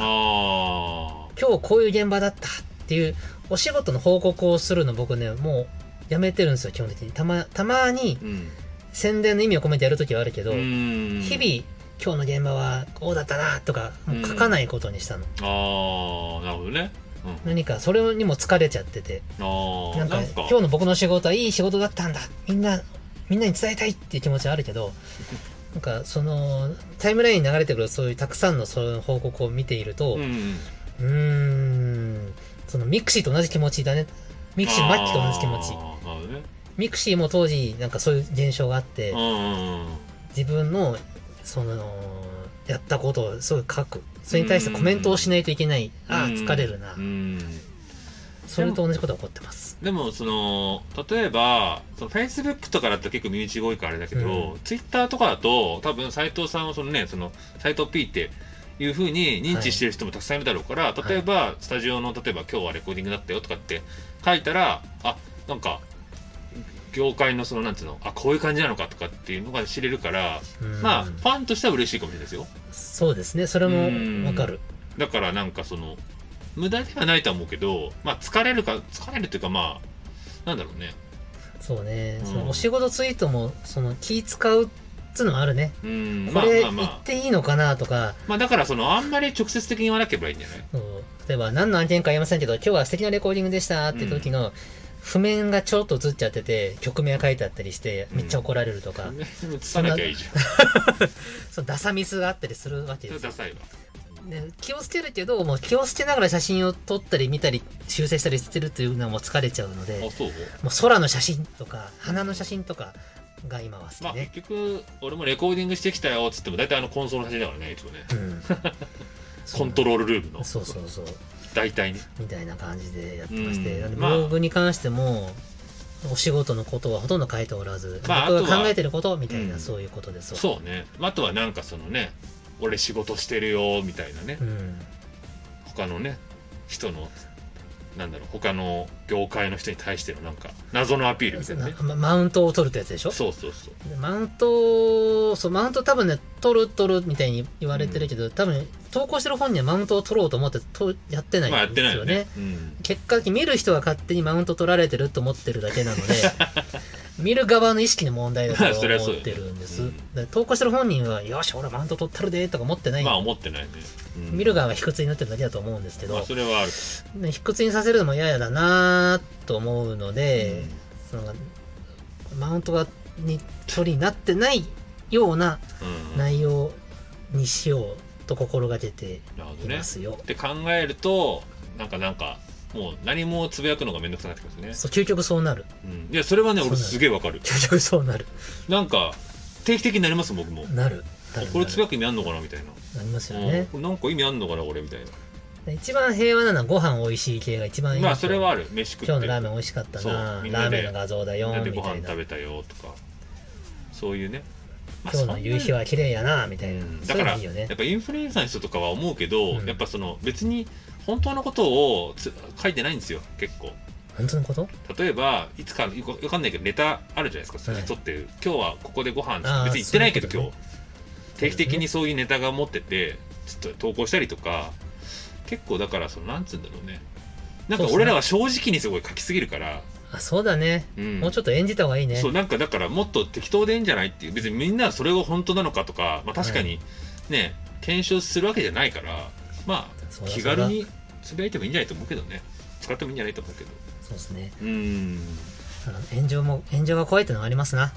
B: あ
A: 今日こういう現場だったっていうお仕事の報告をするの僕ねもうやめてるんですよ基本的にたまたまに
B: ーうん
A: 宣伝の意味を込めてやるときはあるけど、
B: うん
A: 日々今日の現場はこうだったなとかもう書かないことにしたの、
B: ああなるほどねうん
A: 何かそれにも疲れちゃってて
B: ああ
A: なんか今日の僕の仕事はいい仕事だったんだみんなみんなに伝えたいっていう気持ちはあるけ <laughs> どなんかそのタイムラインに流れてくるそういうたくさんのそういう報告を見ていると、
B: うんうん
A: うーんそのミクシーと同じ気持ちだね。ミクシー末期と同じ気持ち。
B: あーなるほどね
A: ミクシーも当時なんかそういう現象があって
B: う、んうんうん
A: 自分のそのやったことをすごい書く。それに対してコメントをしないといけない。ああ、
B: うん
A: 疲れるな
B: う。ん
A: それと同じことが起こってます。
B: でもその例えばその Facebook とかだと結構身内が多いからあれだけど、
A: う
B: Twitter とかだと多分斎藤さんをそのねその斎藤 P っていうふうに認知してる人もたくさんいるだろうから、
A: い
B: 例えば、スタジオの例えば今日はレコーディングだったよとかって書いたらあなんか業界のそのなんていうのあこういう感じなのかとかっていうのが知れるから、
A: うん
B: まあファンとしては嬉しいかもしれないですよ
A: そうですね。それもわかる。
B: だからなんかその無駄ではないとは思うけどまあ疲れるか疲れるっていうかまあなんだろうね
A: そうね。
B: うん
A: そのお仕事ツイートもその気使うっつうのもあるね。
B: うん
A: こ
B: まあ
A: れ
B: まあま
A: 言
B: あ
A: っていいのかなとか、
B: まあだからそのあんまり直接的に言わなければいいんじゃない
A: そう例えば何の案件か言えませんけど今日は素敵なレコーディングでしたって時の譜面がちょろっと映っちゃってて曲名が書いてあったりしてめっちゃ怒られるとか、
B: 映さなきゃいいじ
A: そのダサミスがあったりするわけ
B: ゃ
A: で
B: ん
A: すよ
B: ダサいわ
A: で気をつけるけどもう気をつけながら写真を撮ったり見たり修正したりしてるっていうのはもう疲れちゃうので
B: あそう
A: もう空の写真とか花の写真とかが今は
B: ま
A: 好
B: あ
A: きね
B: 結、局俺もレコーディングしてきたよっつっても大体あのコンソールの写真だからねいつもね
A: うん
B: <laughs> コント
A: ロ
B: ロールルームの
A: そうそうそう
B: 大体ね
A: みたいな感じでやってまして、
B: うん
A: なんでブ
B: まあ
A: ログに関しても、お仕事のことはほとんど書いておらず、
B: まああ
A: 僕
B: と
A: が
B: は
A: 考えてることみたいな、
B: うん
A: そういうことですわ
B: そうねあとはなんかそのね俺仕事してるよみたいなね
A: うん、
B: 他のね人のなんだろう他の業界の人に対してのなんか謎のアピールみたいなね
A: なまマウントを取るってやつでしょ
B: そうそうそう
A: でマウントをそうマウント多分ね取る取るみたいに言われてるけど、多分投稿してる本人はマウントを取ろうと思ってとやってない
B: まあやっ
A: んで
B: てない
A: すよ
B: よ
A: ね
B: ねうん
A: 結果見る人が勝手にマウント取られてると思ってるだけ
B: <laughs>
A: なので見る側の意識の問題だと
B: まあそれはそう
A: 思
B: よ
A: ってるんです、
B: うん
A: で投稿してる本人は「よし俺マウント取ったるで」とか思ってない、
B: まあ思ってないね、うん
A: 見る側が卑屈になってるだけだと思うんですけど、
B: まあそれはある
A: ね卑屈にさせるのも嫌やだなと思うので、そのマウントがに取りになってないような
B: うんうん
A: 内容にしようと心がけて
B: なるほ
A: い
B: どね
A: ますよ。
B: って考えるとなんかなんかもう何もつぶやくのがめんどくさくなってきますね、
A: そう究極そうなる <laughs>
B: うん、いやそれはね
A: そうな
B: 俺
A: の
B: すげえわかる
A: 究極そうなる
B: なんか定期的になります僕も
A: なるな
B: あ
A: る
B: これつぶ
A: な
B: やく意味あんのかなみたいな、
A: りますよ
B: うん
A: ね、
B: これなんか意味あんのかな俺みたいな
A: 一番平和なのはご飯美味しい系が一番いい
B: まあそれはある飯食って
A: 今日のラーメン美味しかったな
B: そうみん
A: ラー
B: なで
A: メンの画像だよ
B: みんなで
A: み
B: ご
A: たい
B: 飯
A: な
B: 食べたよとかそういうね、まあ
A: 今日の夕日は綺麗やなみた
B: う
A: いな、
B: ん
A: そ
B: だ
A: ういう
B: か
A: の
B: ら
A: いいよね
B: やっぱインフルエンサーの人とかは思うけど、
A: うん
B: やっぱその別に本当のことをつ書いてないんですよ結構
A: 本当のこと
B: 例えばいつかよくわかんないけどレターあるじゃないですかそれ
A: はい
B: 撮ってる今日はここでご飯
A: あー
B: 別に行ってないけど
A: そういう
B: 今
A: こ
B: 日定期的にそういうネタが持っててちょっと投稿したりとか結構だからそのなんつうんだろうねな
A: そう
B: んか
A: ですね
B: 俺らは正直にすごい書きすぎるから
A: あそうだね、
B: うん
A: もうちょっと演じた方がいいね
B: そうなんかだからもっと適当でいいんじゃないっていう別にみんなそれが本当なのかとか、まあ、確かにね、検証するわけじゃないからま
A: そ
B: あ
A: うだ
B: 気軽につぶやいてもいいんじゃないと思うけどね使ってもいいんじゃないと思うけど
A: そうですね
B: うん
A: あの炎上も炎上が怖いってのはありますな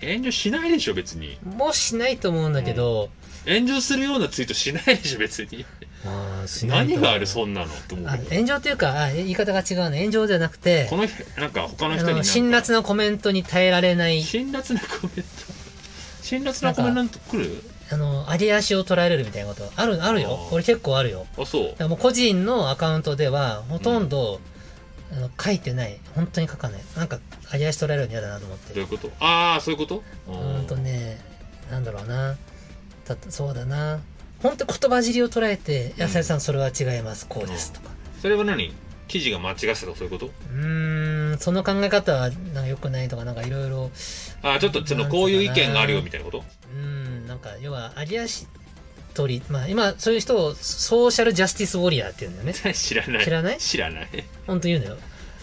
B: 炎上しないでしょ別に
A: もうしないと思うんだけど、
B: 炎上するようなツイートしないでしょ別に
A: まあしないと
B: 何
A: 思う
B: があるそんなのと思う
A: あ
B: けど
A: 炎上というかあ言い方が違うね炎上じゃなくて
B: この人なんか他
A: あ
B: の人になん
A: の
B: か
A: 辛辣なコメントに耐えられない
B: 辛辣なコメント辛辣なコメント来る
A: あの揚げ足を取られるみたいなことあるあるよ
B: あー
A: 俺結構あるよ
B: あそう
A: だからもう個人のアカウントではほとんど、あの書いてない本当に書かないなんか揚げ足取られるの嫌だなと思っ
B: どうい
A: て
B: うことああそういうことう
A: うんとねなんだろうなたそうだな本当言葉尻を捉えて「いや
B: うん
A: さゆりさんそれは違いますこうです」とか
B: それは何記事が間違ってたとかそういうこと
A: うーんその考え方はなんか良くないとかなんかいろいろ
B: あちょっとその
A: なんつうのかな
B: こういう意見があるよみたいなこと <laughs>
A: うんなんか要は有足取りまあ今そういう人をソーシャルジャスティスウォリアーって言うんだよね
B: 知らない
A: 知らない
B: 知らない
A: 本当言うのよ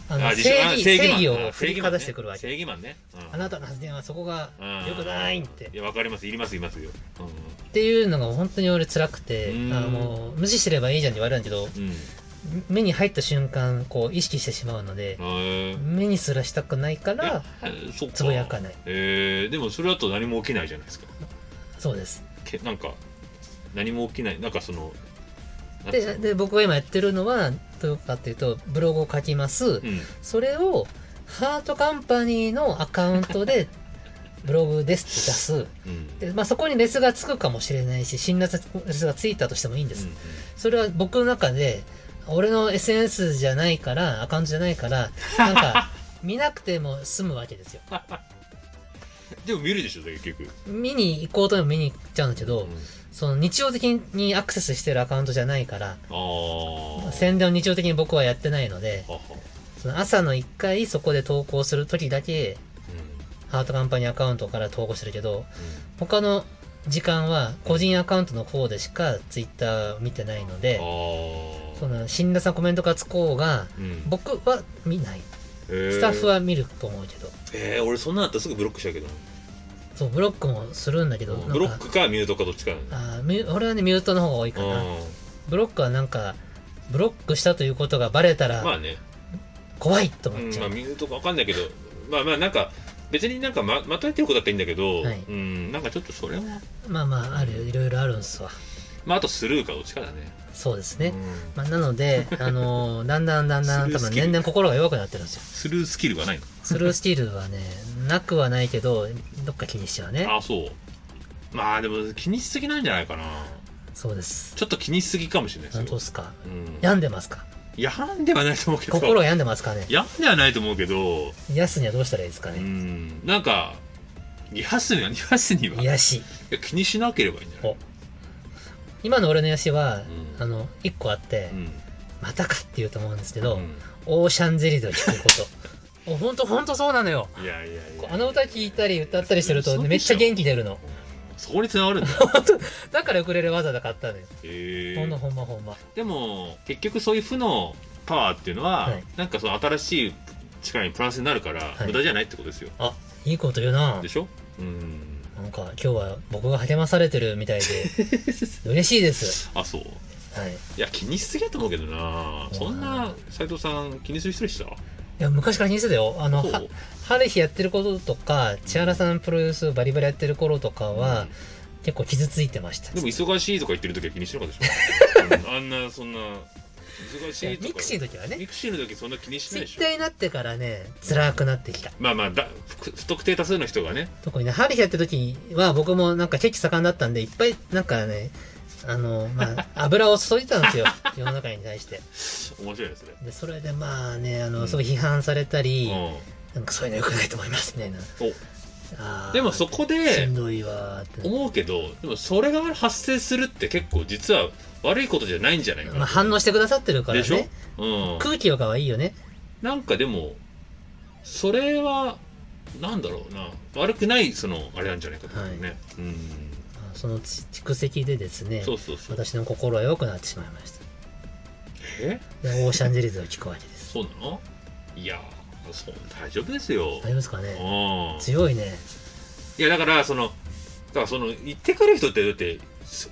A: あの
B: あ
A: 正義正
B: マン
A: 義を
B: あ
A: 振りかざしてくるわけ
B: 正義マンね正義マンね
A: あなたの発言はそこが
B: うん
A: 良くないってっ
B: いやわかりますいりますいますよう
A: ていうのが本当に俺辛くて
B: うん
A: あもう無視すればいいじゃんって言われるんだけど
B: んうん
A: 目に入った瞬間こう意識してしまうので
B: へー
A: 目にすらしたくないから
B: えそっか
A: つぶやかない
B: えーでもそれだと何も起きないじゃないですか
A: そうです
B: けなんか何も起きないなんかそのなんつう
A: で
B: の
A: で僕が今やってるのはどうかっていうとブログを書きます、
B: うん
A: それをハートカンパニーのアカウント <laughs> でブログですって出す
B: うん
A: で、まあ、そこにレスがつくかもしれないし辛辣なレスがついたとしてもいいんです、それは僕の中で俺の SNS じゃないからアカウントじゃないからなん <laughs> か見なくても済むわけですよ
B: うんでも見るでしょ結局
A: 見に行こうとも見に行っちゃうんだけど、
B: うん
A: その日常的にアクセスしてるアカウントじゃないから
B: ああ
A: 宣伝を日常的に僕はやってないので
B: はは
A: その朝の1回そこで投稿する時だけ
B: うん
A: ハートカンパニーアカウントから投稿してるけど他の時間は個人アカウントの方でしかツイッターを見てないので
B: うんああ
A: その辛辣なコメントがつこうが僕は見ないス
B: ス
A: タッフは見ると思うけど、
B: えー、俺そんなんだったらすぐブロックしたけどな
A: そうブロックもするんだけどなんか
B: ブロックかミュートかどっちかだね
A: あーミュ俺はねミュートの方が多いかな
B: う
A: ブロックはなんかブロックしたということがバレた
B: んまあ
A: ら
B: ね、
A: 怖いと
B: う
A: 思っ
B: ん
A: ち
B: ま
A: ゃ
B: あ、
A: う、
B: ミュートかわかんないけどまあまあなんか別になんかままとえてることだったらいいんだけど、
A: はい
B: うんなんかちょっとそれは
A: まあまああるよいろいろあるんですわ
B: まああとスルーかどっちかだね
A: そうですね、
B: うん
A: まあ、なので、あのーだんだんだんだん多分年々心が弱くなってるんですよ
B: スルースキルがないの
A: スルースティールはね、なくはないけど、どっか気にしちゃうね。
B: あそうまあでも気にしすぎなんじゃないかな
A: そうです
B: ちょっと気にしすぎかもしれない
A: 本
B: です
A: 当
B: よ
A: ですか
B: うん
A: 病んでますか
B: 病んではないと思うけど
A: 心が病んでますかね
B: 病んではないと思うけど
A: 癒すにはどうしたらいいですか
B: う
A: ね
B: んなんか癒すには癒すにはいや
A: 癒し
B: 気にしなければいいんじゃない
A: お今の俺の癒しは、
B: うん
A: あの一個あって、
B: うん
A: またかって言うと思うんですけど、
B: うん
A: オーシャンゼリードを聴くこと。 <laughs> 本当本当そうなのよ。
B: いやいやいや
A: こうあの歌聴いたり歌ったりしてると
B: そうでしょ
A: めっちゃ元気出るの。
B: そこに繋
A: <laughs>
B: がるんだよ
A: だからウクレレわざわざ買ったのよ。
B: へ
A: ほんま
B: え
A: ほんまほんま。
B: でも結局そういう負のパワーっていうのは、
A: はい
B: なんかその新しい力にプラスになるから、
A: い
B: 無駄じゃないってことですよ
A: あ、いいこと言うな
B: で。しょうん
A: なんか今日は僕が励まされてるみ
B: <laughs>
A: たいで嬉しいです。
B: あそう
A: はい。い
B: いや気にしすぎやと思うけどな
A: うん
B: そんな斎藤さん気にする人でした
A: や昔から気にしてたよ。あの、
B: そ
A: は
B: う
A: 春日やってることとか、千原さんプロデュースバリバリやってる頃とかは、
B: うん
A: 結構傷ついてました。
B: でも
A: い
B: 忙しいとか言ってる時は気にしなかったでし
A: <laughs>
B: ょうんあんなそんな忙し
A: や
B: いとか
A: ミクシーの時はね、
B: ミクシーの時そんな気にしないでし
A: ツ
B: ょ
A: 対になってからね、辛くなってきた。
B: まあまあだ不不特定多数の人がね
A: 特にね、ハリヒやってる時は僕もなんかケーキ盛んだったんで、いっぱいなんかね、あの、
B: <laughs>
A: まあ、油を注いでたんですよ。世の中に対して。
B: 面白いですね
A: で、それでまあね、あ
B: う
A: の、
B: ん
A: すごい批判されたり、
B: う
A: なんかそういうの良くないと思いますね。なんか
B: ん
A: あ
B: お
A: ー
B: でもそこ
A: し
B: で
A: んどいわーって。
B: 思うけどでもそれが発生するって結構実は悪いことじゃないんじゃないかな、
A: まあ、反応してくださってるから
B: でしょ
A: ね。、
B: うん、
A: 空気とかはいいよね。
B: なんかでもそれはなんだろうな悪くないそのあれなんじゃないかと思うね、うん
A: まあその蓄積でですね、
B: そうそうそう
A: 私の心は良くなってしまいました。
B: え
A: で、オーシャンゼリーズを聞くわけです。
B: そうなのいやーそう大丈夫ですよ
A: 大丈夫ですか
B: うん
A: ね強いね。
B: いやだからそのだからその言ってくる人ってだってす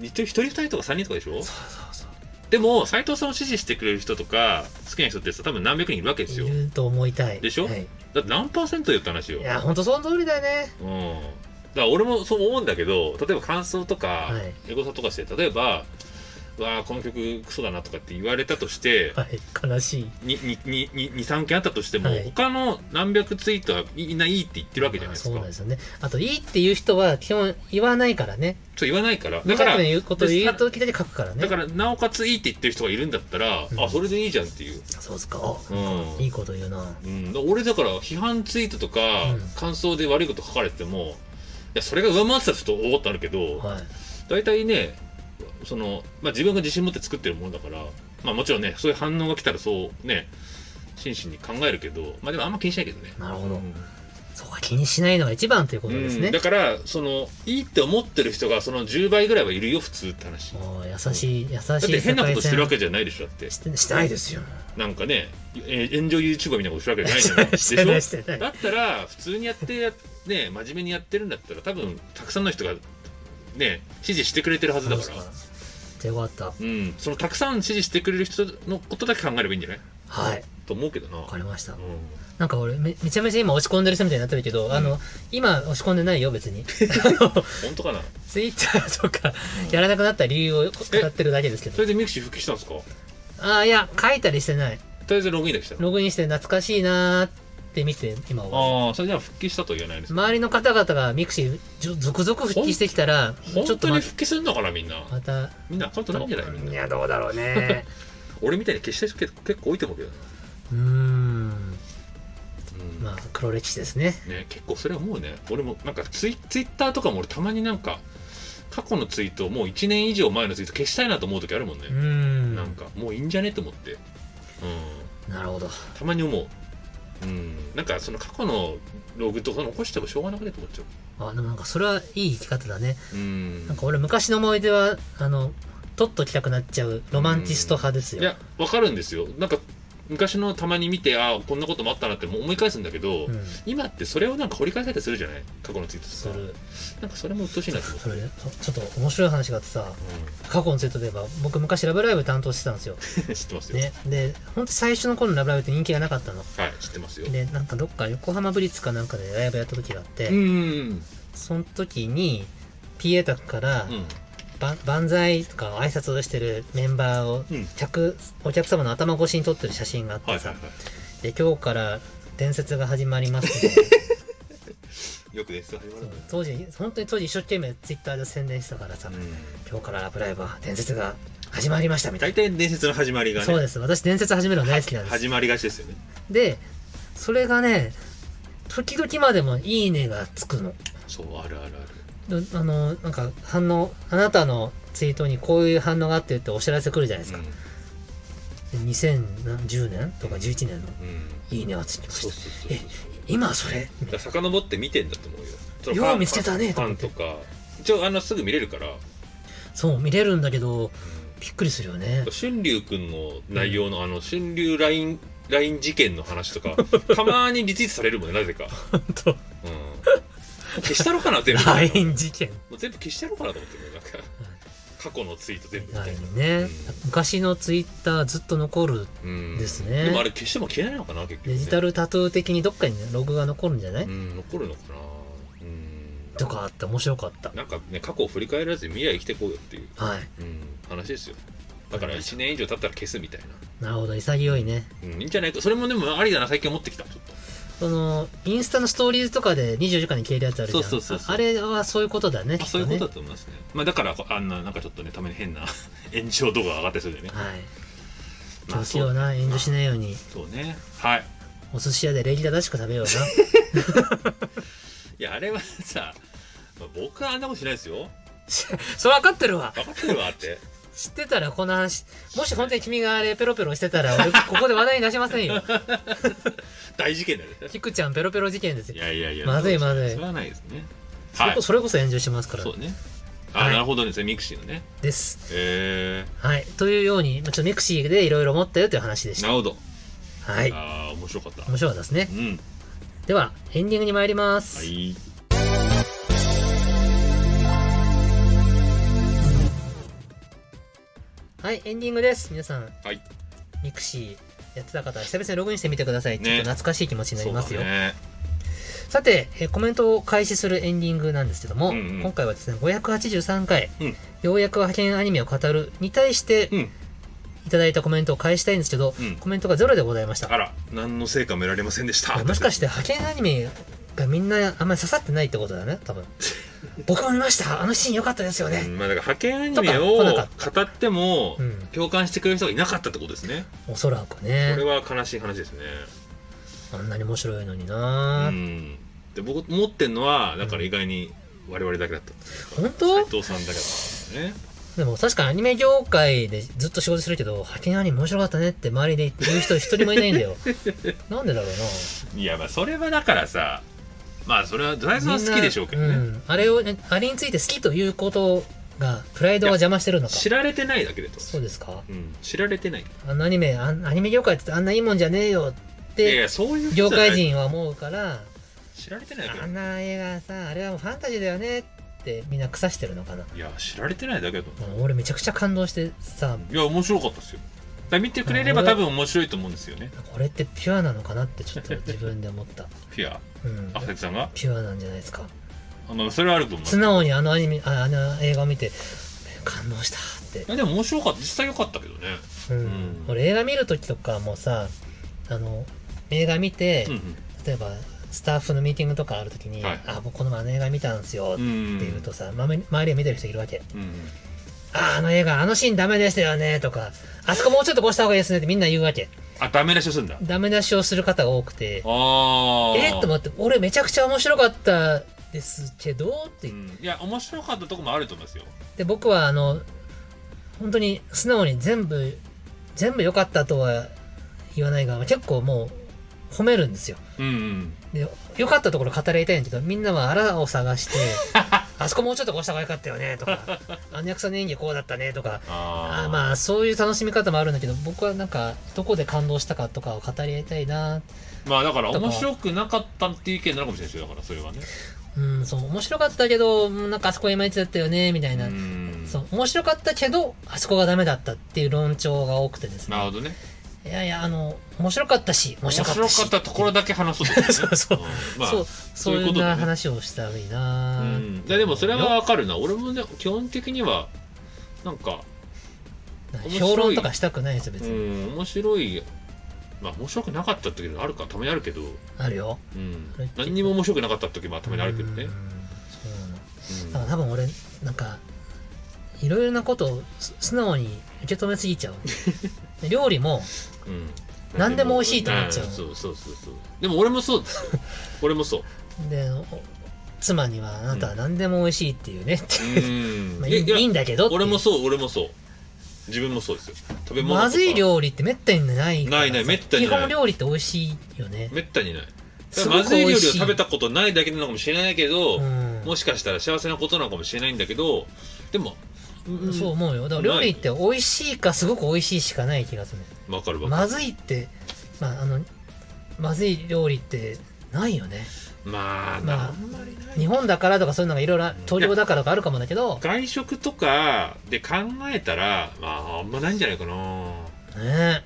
B: 一人二人とか三人とかでしょ
A: そうそう
B: でも斎藤さんを支持してくれる人とか好きな人ってさ多分何百人いるわけです
A: そう。
B: よ
A: いると思いたい。
B: でしょ
A: はい
B: だって何パーセントよって話よ
A: いや、ほんとその通りだよね。
B: うんだから俺もそう思うんだけど例えば感想とか
A: はい
B: エゴサとかして例えば「うわーこの曲クソだな」とかって言われたとして
A: はい、悲しい。
B: 23件あったとしても、
A: はい
B: 他の何百ツイートはみんないいって言ってるわけじゃないですか、
A: まあそうなんですよね。あと、いいっていう人は基本言わないからね。
B: そう言わないからだ
A: 無
B: から
A: 作の言うことを言うときだけ書くからね。
B: だからなおかついいって言ってる人がいるんだったら、
A: うん
B: あそれでいいじゃんっていう、
A: そうですか。お
B: うん
A: いいこと言うな。
B: うん、だから俺だから批判ツイートとか、
A: うん
B: 感想で悪いこと書かれてもいやそれが上回ってたらちょっとおおってなるけど、
A: はい。
B: 大体ねその、まあ、自分が自信持って作ってるものだから、まあ、もちろんねそういう反応が来たらそうね真摯に考えるけど、まあ、でもあんま気にしないけどね。
A: なるほど
B: うん
A: そうか、気にしないのが一番ということです
B: う
A: ね
B: んだ。からそのいいって思ってる人がその10倍ぐらいはいるよ普通って話だ
A: もう優しい、優しい世界
B: って変なことしてるわけじゃないでしょだって
A: してしてないですよ。
B: なんかねえ炎上 YouTuber みたいなことしてるわけじゃないじゃないで
A: <laughs> してない、
B: し
A: して
B: ょ
A: な
B: だ
A: い。
B: ったら普通にやってやね真面目にやってるんだったら多分たくさんの人がね支持してくれてるはずだか
A: そう
B: ら
A: かじゃあよかった。
B: うん、そのたくさん支持してくれる人のことだけ考えればいいんじゃない
A: はい。
B: と思うけどな。
A: わかりました
B: うん。
A: なんか俺め、めちゃめちゃ今落ち込んでる人みたいになってるけど、あの、今落ち込んでないよ、別
B: <laughs>
A: に。
B: 本当かな
A: ツイッターとかやらなくなった理由を語ってるだけですけ
B: そ
A: ど。
B: れでミクシー復帰したんですかと
A: ああ、いや、書いたりしてない。
B: りあえずログインだけしたの
A: ログインして懐かしいなーって見て、今は。
B: ああ、それじゃあ復帰したとは言えないですね。
A: 周りの方々がミクシーじょ続々復帰してきたら、ちょ
B: 本
A: っと
B: 当に
A: ま
B: 復帰するのかなみんな。
A: また、
B: みんなアカウントないんじゃないみん
A: い
B: な。
A: や、どうだろう
B: <laughs>
A: ね。
B: 俺みたいに消した人結構結構多いと思うけどな。
A: うーん。
B: うん
A: まあ、黒歴史ですね。
B: ね、結構それは思うね。俺もなんかツイツイッターとかも俺たまになんか過去のツイートをもう1年以上前のツイート消したいなと思う時あるもんね
A: うー。ん。
B: なんかもういいんじゃねって思って。うん。
A: なるほど。
B: たまに思ううんなんかその過去のログとか残してもしょうがなくねと思っちゃ
A: あ、でもなんかそれはいい生き方だね。
B: ううん
A: なんか俺昔の思い出は、あの、取っときたくなっちゃうロマンチスト派です
B: い
A: よ。
B: やわかるんですよなんか昔のたまに見てああこんなこともあったなって思い返すんだけど、
A: うん。
B: 今ってそれをなんか掘り返せたりするじゃない過去のツイート
A: す
B: とか
A: る。
B: なんかそれも鬱陶しいなと思って
A: それでちょっと面白い話があってさ、過去のツイートで言えば僕昔「ラブライブ!」担当してたんですよ、
B: うん <laughs> 知ってますよ、
A: ね、で本当最初の頃の「ラブライブ!」って人気がなかったの
B: はい知ってますよ
A: でなんかどっか横浜ブリッツかなんかでライブやった時があって、
B: うん
A: その時にピエタクから
B: うん
A: ば万歳とか挨拶をしてるメンバーを
B: うん
A: 客、お客様の頭越しに撮ってる写真があっ
B: はいはい
A: てさ、
B: はい
A: で
B: <laughs>
A: 今日から伝説が始まりますみたいな
B: いよく演出始まるんだよ
A: 当時本当に当時一生懸命ツイッターで宣伝してたからさ、今日からラブライブは伝説が始まりましたみたい
B: 大体伝説の始まり
A: な、
B: が
A: そう
B: ね
A: です私伝説始めるの大好きなんです
B: 始まりがちですよね
A: でそれがね時々までも「いいね」がつくの
B: そうあるあるある
A: どあのなんか反応あなたのツイートにこういう反応があってってお知らせ来るじゃないですか、で2010年とか11年の
B: うんうん
A: 「いいね」がつきま
B: そ
A: した
B: うそうそうそう
A: 今それ
B: だから遡って見てんだと思うよその
A: よう
B: ファン
A: 見つけたね
B: ファン
A: と
B: と
A: 思
B: か一応あのすぐ見れるから
A: そう見れるんだけどびっくりするよね
B: 春龍くんの内容のあの春龍ラインライン事件の
A: <laughs>
B: 話とかたまにリツイートされるもんねなぜか、
A: 本当
B: うん、消したろかな全部
A: LINE 事件
B: もう全部消してやろうかなと思ってるよなんか過去のツイート全部みたい
A: LINE ね昔のツイッターずっと残る
B: な、うん
A: ですね
B: でもあれ消しても消えないのかな結局、ね、
A: デジタルタトゥー的にどっかにねログが残るんじゃない、
B: うん残るのかなうん
A: とかあって面白かった
B: なんかね過去を振り返らずに未来生きてこうよっていう、
A: はい
B: うん、話ですよだから1年以上経ったら消すみたいな
A: なるほど潔いね
B: うん、いいんじゃないかそれもでもありだな最近思ってきたちょっと
A: そのインスタのストーリーズとかで24時間に消えるやつあるじゃん
B: そうそうそうそう
A: あれはそういうことだね
B: あそういうことだ
A: きっ
B: と思いますねまあだからあんななんかちょっとねために変な <laughs> 炎上動画が上がったりするよね
A: とねはい
B: ま
A: 気
B: あ
A: をつけ
B: そ
A: よう
B: う
A: な炎上しないように
B: そうねはい
A: お寿司屋で礼儀正しく食べよう
B: <laughs>
A: な
B: いやあれはさ、まあ僕はあんなことしないですよ
A: それ分かってるわ
B: 分かってるわって <laughs>
A: 知ってたらこの話もし本当に君があれペロペロしてたら俺ここで話題に出しません
B: <laughs>
A: よ
B: 大事件だよね
A: 菊ちゃんペロペロ事件です
B: い
A: よ
B: やいやいや
A: まずいまずい
B: それはないですね
A: それ
B: は
A: こ
B: い
A: それこそ炎上しますから
B: そうねあ、
A: はい
B: なるほどですねミクシーのね
A: です
B: え
A: はいというようにまあちょっとミクシーでいろいろ持ったよという話で
B: ー、
A: し
B: な
A: た
B: るほど、
A: はい
B: ああ面白かった
A: 面白かったですね
B: うん
A: ではエンディングに参ります、
B: はい
A: はい、エンディングです。皆さん、
B: はい
A: ミクシーやってた方、久々にログインしてみてください。
B: ね
A: ちょっと懐かしい気持ちになりますよ。
B: そうだね
A: さて、えーコメントを開始するエンディングなんですけども、
B: うんうん
A: 今回はですね、583回、
B: うん
A: ようやく派遣アニメを語るに対して
B: うん
A: いただいたコメントを返したいんですけど、
B: うん
A: コメントがゼロでございました。
B: あら何の成果も得られませんでした
A: もしかして派遣アニメがみんなあんまり刺さってないってことだね、
B: <laughs>
A: 多分。僕も見ました。あのシーン良かったですよ
B: う
A: ね。
B: んまあだから派遣アニメ
A: と
B: を
A: か来
B: 語
A: なか
B: っても
A: うん
B: 共感してくれる人がいなかったってことですね。
A: おそらく
B: こ
A: ね
B: れ。は悲しい話ですね。
A: あんなに面白いのに
B: う
A: な、
B: ん。で僕思ってんのはだから意外に我々だけだった。
A: 本当
B: 斉藤さんだけだったんだね。
A: でも確かにアニメ業界でずっと仕事してるけど、派遣アニメ面白かったねって周りで言う人一人もいないんだ
B: <laughs>
A: よ。なんでだろう
B: いやまあそれはだからさ、まあそれは財
A: な。
B: 津は好きでしょうけど
A: みんな
B: ね。
A: んあれをね、あれについて好きということが、プライドが邪魔してるのか。
B: 知られてないだけでと。
A: そうですか
B: うん。知られてない。
A: あのアニメ、あんアニメ業界ってあんないいもんじゃねえよっ
B: いやい
A: て、
B: やそういう
A: 業
B: ことじゃない
A: 界人は思うから、
B: 知られてないだけ
A: あ
B: だ
A: ん。な映画さ、あれはもうファンタジーだよねってみんな腐してるのかな。
B: いや知られてないだけだと。
A: もう俺めちゃくちゃ感動してさ、
B: いや面白かったですよ。だから見てくれれば多分面白いと思うんですよね。
A: これってピュアなのかなって
B: <laughs>
A: ちょっと自分で思った。
B: フィア、
A: うん
B: あ。斉藤さんが。
A: ピュアなんじゃないですか。
B: あまあそれはあると思います
A: 素直にあのアニメああの映画を見て感動したっ
B: いやでも面白かった実際良かったけどね
A: て、うん
B: うん
A: 俺映画見る時とかもさあの映画見て、
B: うん
A: 例えばスタッフのミーティングとかある時に「
B: はい
A: あ僕この前あの映画見たんですよ」っ
B: う
A: て
B: ん
A: 言うとさ、まめ周りを見てる人いるわけ
B: うん
A: 「ああの映画あのシーンダメでしたよね」とか「あそこもうちょっとこうした方がいいですね」ってみんな言うわけ
B: あダメ出しをするんだあ
A: ダメ出しをする方が多くて「
B: あ
A: えっ?」と思
B: っ
A: って「俺めちゃくちゃ面白かったですけど」って言って
B: いや面白かったとこもあると思いますよ
A: で僕はあの本当に素直に全部全部良かったとは言わないが結構もう褒めるんですよ
B: うんうん
A: で良かったところ語りたいんだけどみんなはあらを探してあそこもうちょっとこうした方が良かったよねとかあの役者の演技こうだったねとか
B: あ
A: あ
B: あ
A: ーまあそういう楽しみ方もあるんだけど僕はなんかどこで感動したかとかを語り合いたいな
B: まあだから
A: とか
B: 面白くなかったっていう意見なのかもしれないですよだからそれはね
A: うんそう面白かったけどうんなんかあそこいまいちだったよねみたいな、
B: うん
A: そう面白かったけどあそこがダメだったっていう論調が多くてですね
B: なるほどね
A: いやいや、あの、面白かったし、面
B: 面
A: 白かっ
B: 白か
A: たし。
B: ったところだけ話そうってこと
A: <laughs>
B: ね
A: そうそうん
B: まあ
A: そう、
B: そ
A: そうう
B: いう
A: い
B: こ
A: う
B: とだね
A: な話をしたらいいな、
B: うんいやでもそれはわかるな俺もね基本的にはなんか
A: なんか
B: 面白い
A: 評論とかしたくないですよ、別
B: う
A: に。
B: ん面白いまあ面白くなかった時もあるかたまにあるけど、
A: あるよ
B: うん
A: それっ、て
B: 何にも面白くなかった時もたまにあるけどね
A: うん、そうなのだか
B: うん
A: ら多分俺なんかいろいろなことをす素直に受け止めすぎ
B: <laughs>
A: ちゃうで料理も
B: うん
A: 何でも美味しいと思っちゃう
B: あーそうそうそうそう
A: <laughs>
B: でも俺もそうですよ俺もそう
A: でお妻にはあなたは何でも美味しいっていうねって、
B: う
A: <laughs>
B: ん
A: まあいい
B: いや
A: いいんだけどっていう
B: 俺もそう俺もそう自分もそうですよ食べ物とか
A: まずい料理ってめったにないからさ
B: ないないめったにない
A: 基本料理って美味しいよね
B: めったにないだ
A: す
B: か
A: ご
B: らま
A: く
B: ずい
A: 美
B: 料理を
A: 味しい
B: 食べたことないだけなのかもしれないけど、
A: うん
B: もしかしたら幸せなことなのかもしれないんだけどでも、うん
A: そう思うよだから料理って美味しいかすごく美味しいしかない気がする
B: わかるわか
A: まずいってまああのまずい料理ってないよね
B: るまあ、
A: まあ
B: あんまりない
A: 日本だからとかそういうのがいろいろ東京だからとかあるかもだけど
B: 外食とかで考えたらまああんまないんじゃないかな
A: ね
B: うん
A: え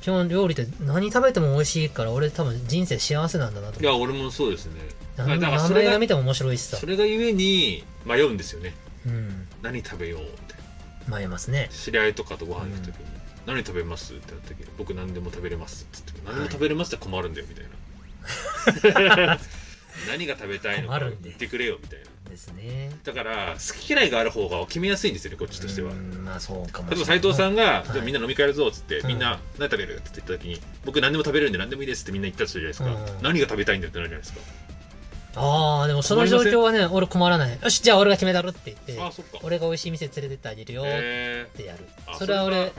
A: 基本料理って何食べても美味しいから俺多分人生幸せなんだなと
B: い
A: 思う
B: や俺もそうですねだから
A: 何
B: だから
A: 何
B: それ
A: 映画
B: が
A: 見ても面白いしさ
B: それがゆえに迷うんですよね
A: うん
B: 何食べようって
A: 迷いますね
B: 知り合いとかとご飯行く時に「何食べます?」ってなった時に「僕何でも食べれます」って言って「何でも食べれます」って困るんだよみたいな
A: <laughs>
B: 何が食べたいの
A: 困
B: か
A: るんで
B: 言ってくれよみたいな
A: ですね
B: だから好き嫌いがある方が決めやすいんですよねこっちとしては
A: うんまあそうかも
B: 例えば斉藤さんが
A: い
B: 「じゃあみんな飲み会やるぞ」っつって
A: うん
B: 「みんな何食べる?」って言った時に「僕何でも食べれるんで何でもいいです」ってみんな言ったとするじゃないです
A: う
B: か
A: ん
B: 何が食べたいんだよってなるじゃないです
A: ああでもその状況はね俺困らないよしじゃあ俺が決めたるって言
B: かあ
A: って
B: そっか
A: 俺が美味しい店連れてってあげるよっ
B: へえ
A: てやる
B: あ
A: それは
B: それは
A: 俺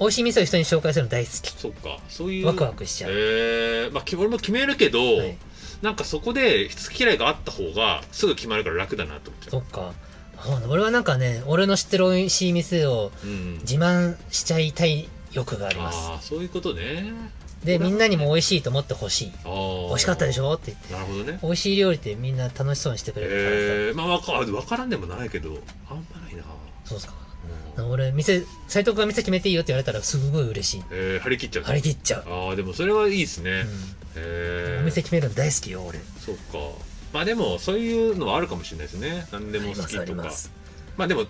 A: 美味しい店を人に紹介するの大好
B: そっかそうい
A: き
B: う
A: ワクワクしちゃう、
B: えーまあ、俺も決めるけど、
A: はい
B: なんかそこで好き嫌いがあった方がすぐ決まるから楽だなと思っち
A: そ
B: ゃ
A: っかあ俺はなんかね俺の知ってる美味しい店を
B: う。うん、
A: 自慢しちゃいたい欲があります
B: ああそういうことね。
A: でみんなにも美味しいと思ってほしい
B: あー
A: 美味しかったでしょって言って
B: なるほどね。
A: 美味しい料理ってみんな楽しそうにしてくれるからさ、
B: えー、まあわかわからんでもないけどあんまないな。
A: そうっすか
B: うん
A: 俺店斉藤君が店決めていいよって言われたらすごい嬉しい
B: えー、張り切っちゃう。
A: 張り切っちゃう、
B: ああでもそれはいいですね。
A: う
B: え
A: ん、
B: ー、
A: お店決めるの大好きよ俺
B: そうか。まあでもそういうのはあるかもしれないですね。何でも好き
A: あり
B: とか。
A: ま
B: ますあでも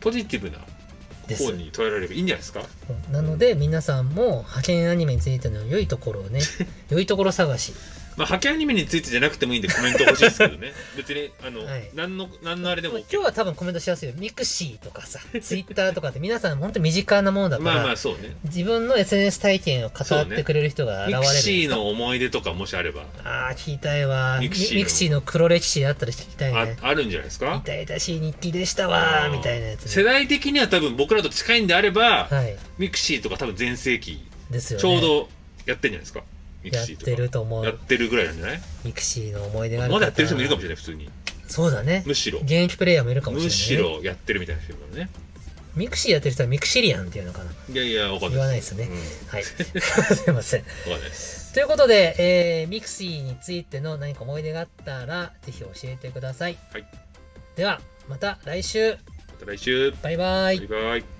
B: ポジティブな
A: あります
B: 方
A: で
B: に捉えられればいいんじゃないですか。
A: すなので皆さんも派遣アニメについての良いところを
B: <laughs>
A: ね良いところ探し
B: まあ、派遣アニメについてじゃなくてもいいんでコメント欲しいですけど
A: <laughs>
B: ね別にあの、
A: はい
B: 何の何のあれでも
A: 今日は多分コメントしやすいよミクシーとかさツイッターとかって皆さん本当に身近なものだから、
B: まあまあそうね
A: 自分の SNS 体験を語
B: そう
A: って
B: ね
A: くれる人が現
B: ミ
A: れる
B: ク
A: んです
B: シーの思い出とかもしあれば
A: ああ聞きたいわミ
B: ミ
A: ク
B: クシーの
A: シーの黒歴史あったら聞きたい
B: あ
A: ね
B: あるんじゃないですか
A: 痛々しい日記でしたわーみたいなやつ
B: 世代的には多分僕らと近いんであれば、
A: はい
B: ミクシーとか多分全盛期
A: ですよね
B: ちょうどやってんじゃないですかミク
A: やっ
B: シーとか
A: てると思
B: やっ
A: う
B: てるぐらいなんじゃない
A: ミクシーの思い出がある
B: まだやってる人もいるかもし
A: れ
B: れない普通に
A: ないそうだね
B: むしろ
A: 現役プレイヤーもいるかもしれない
B: む
A: ね
B: しろやってるみたいな人もね
A: ミクシーやってる人はミクシリアンっていうのかない
B: やいやわかん
A: 言
B: な
A: わ
B: い
A: ないです
B: で
A: ね
B: す、うん
A: はい
B: <laughs>
A: すいません
B: わかんないです
A: ということで、えー、ミクシーについての何か思い出があったらぜひ教えてください、
B: はい
A: ではまた来週
B: また来週
A: バイバイ
B: バイバイ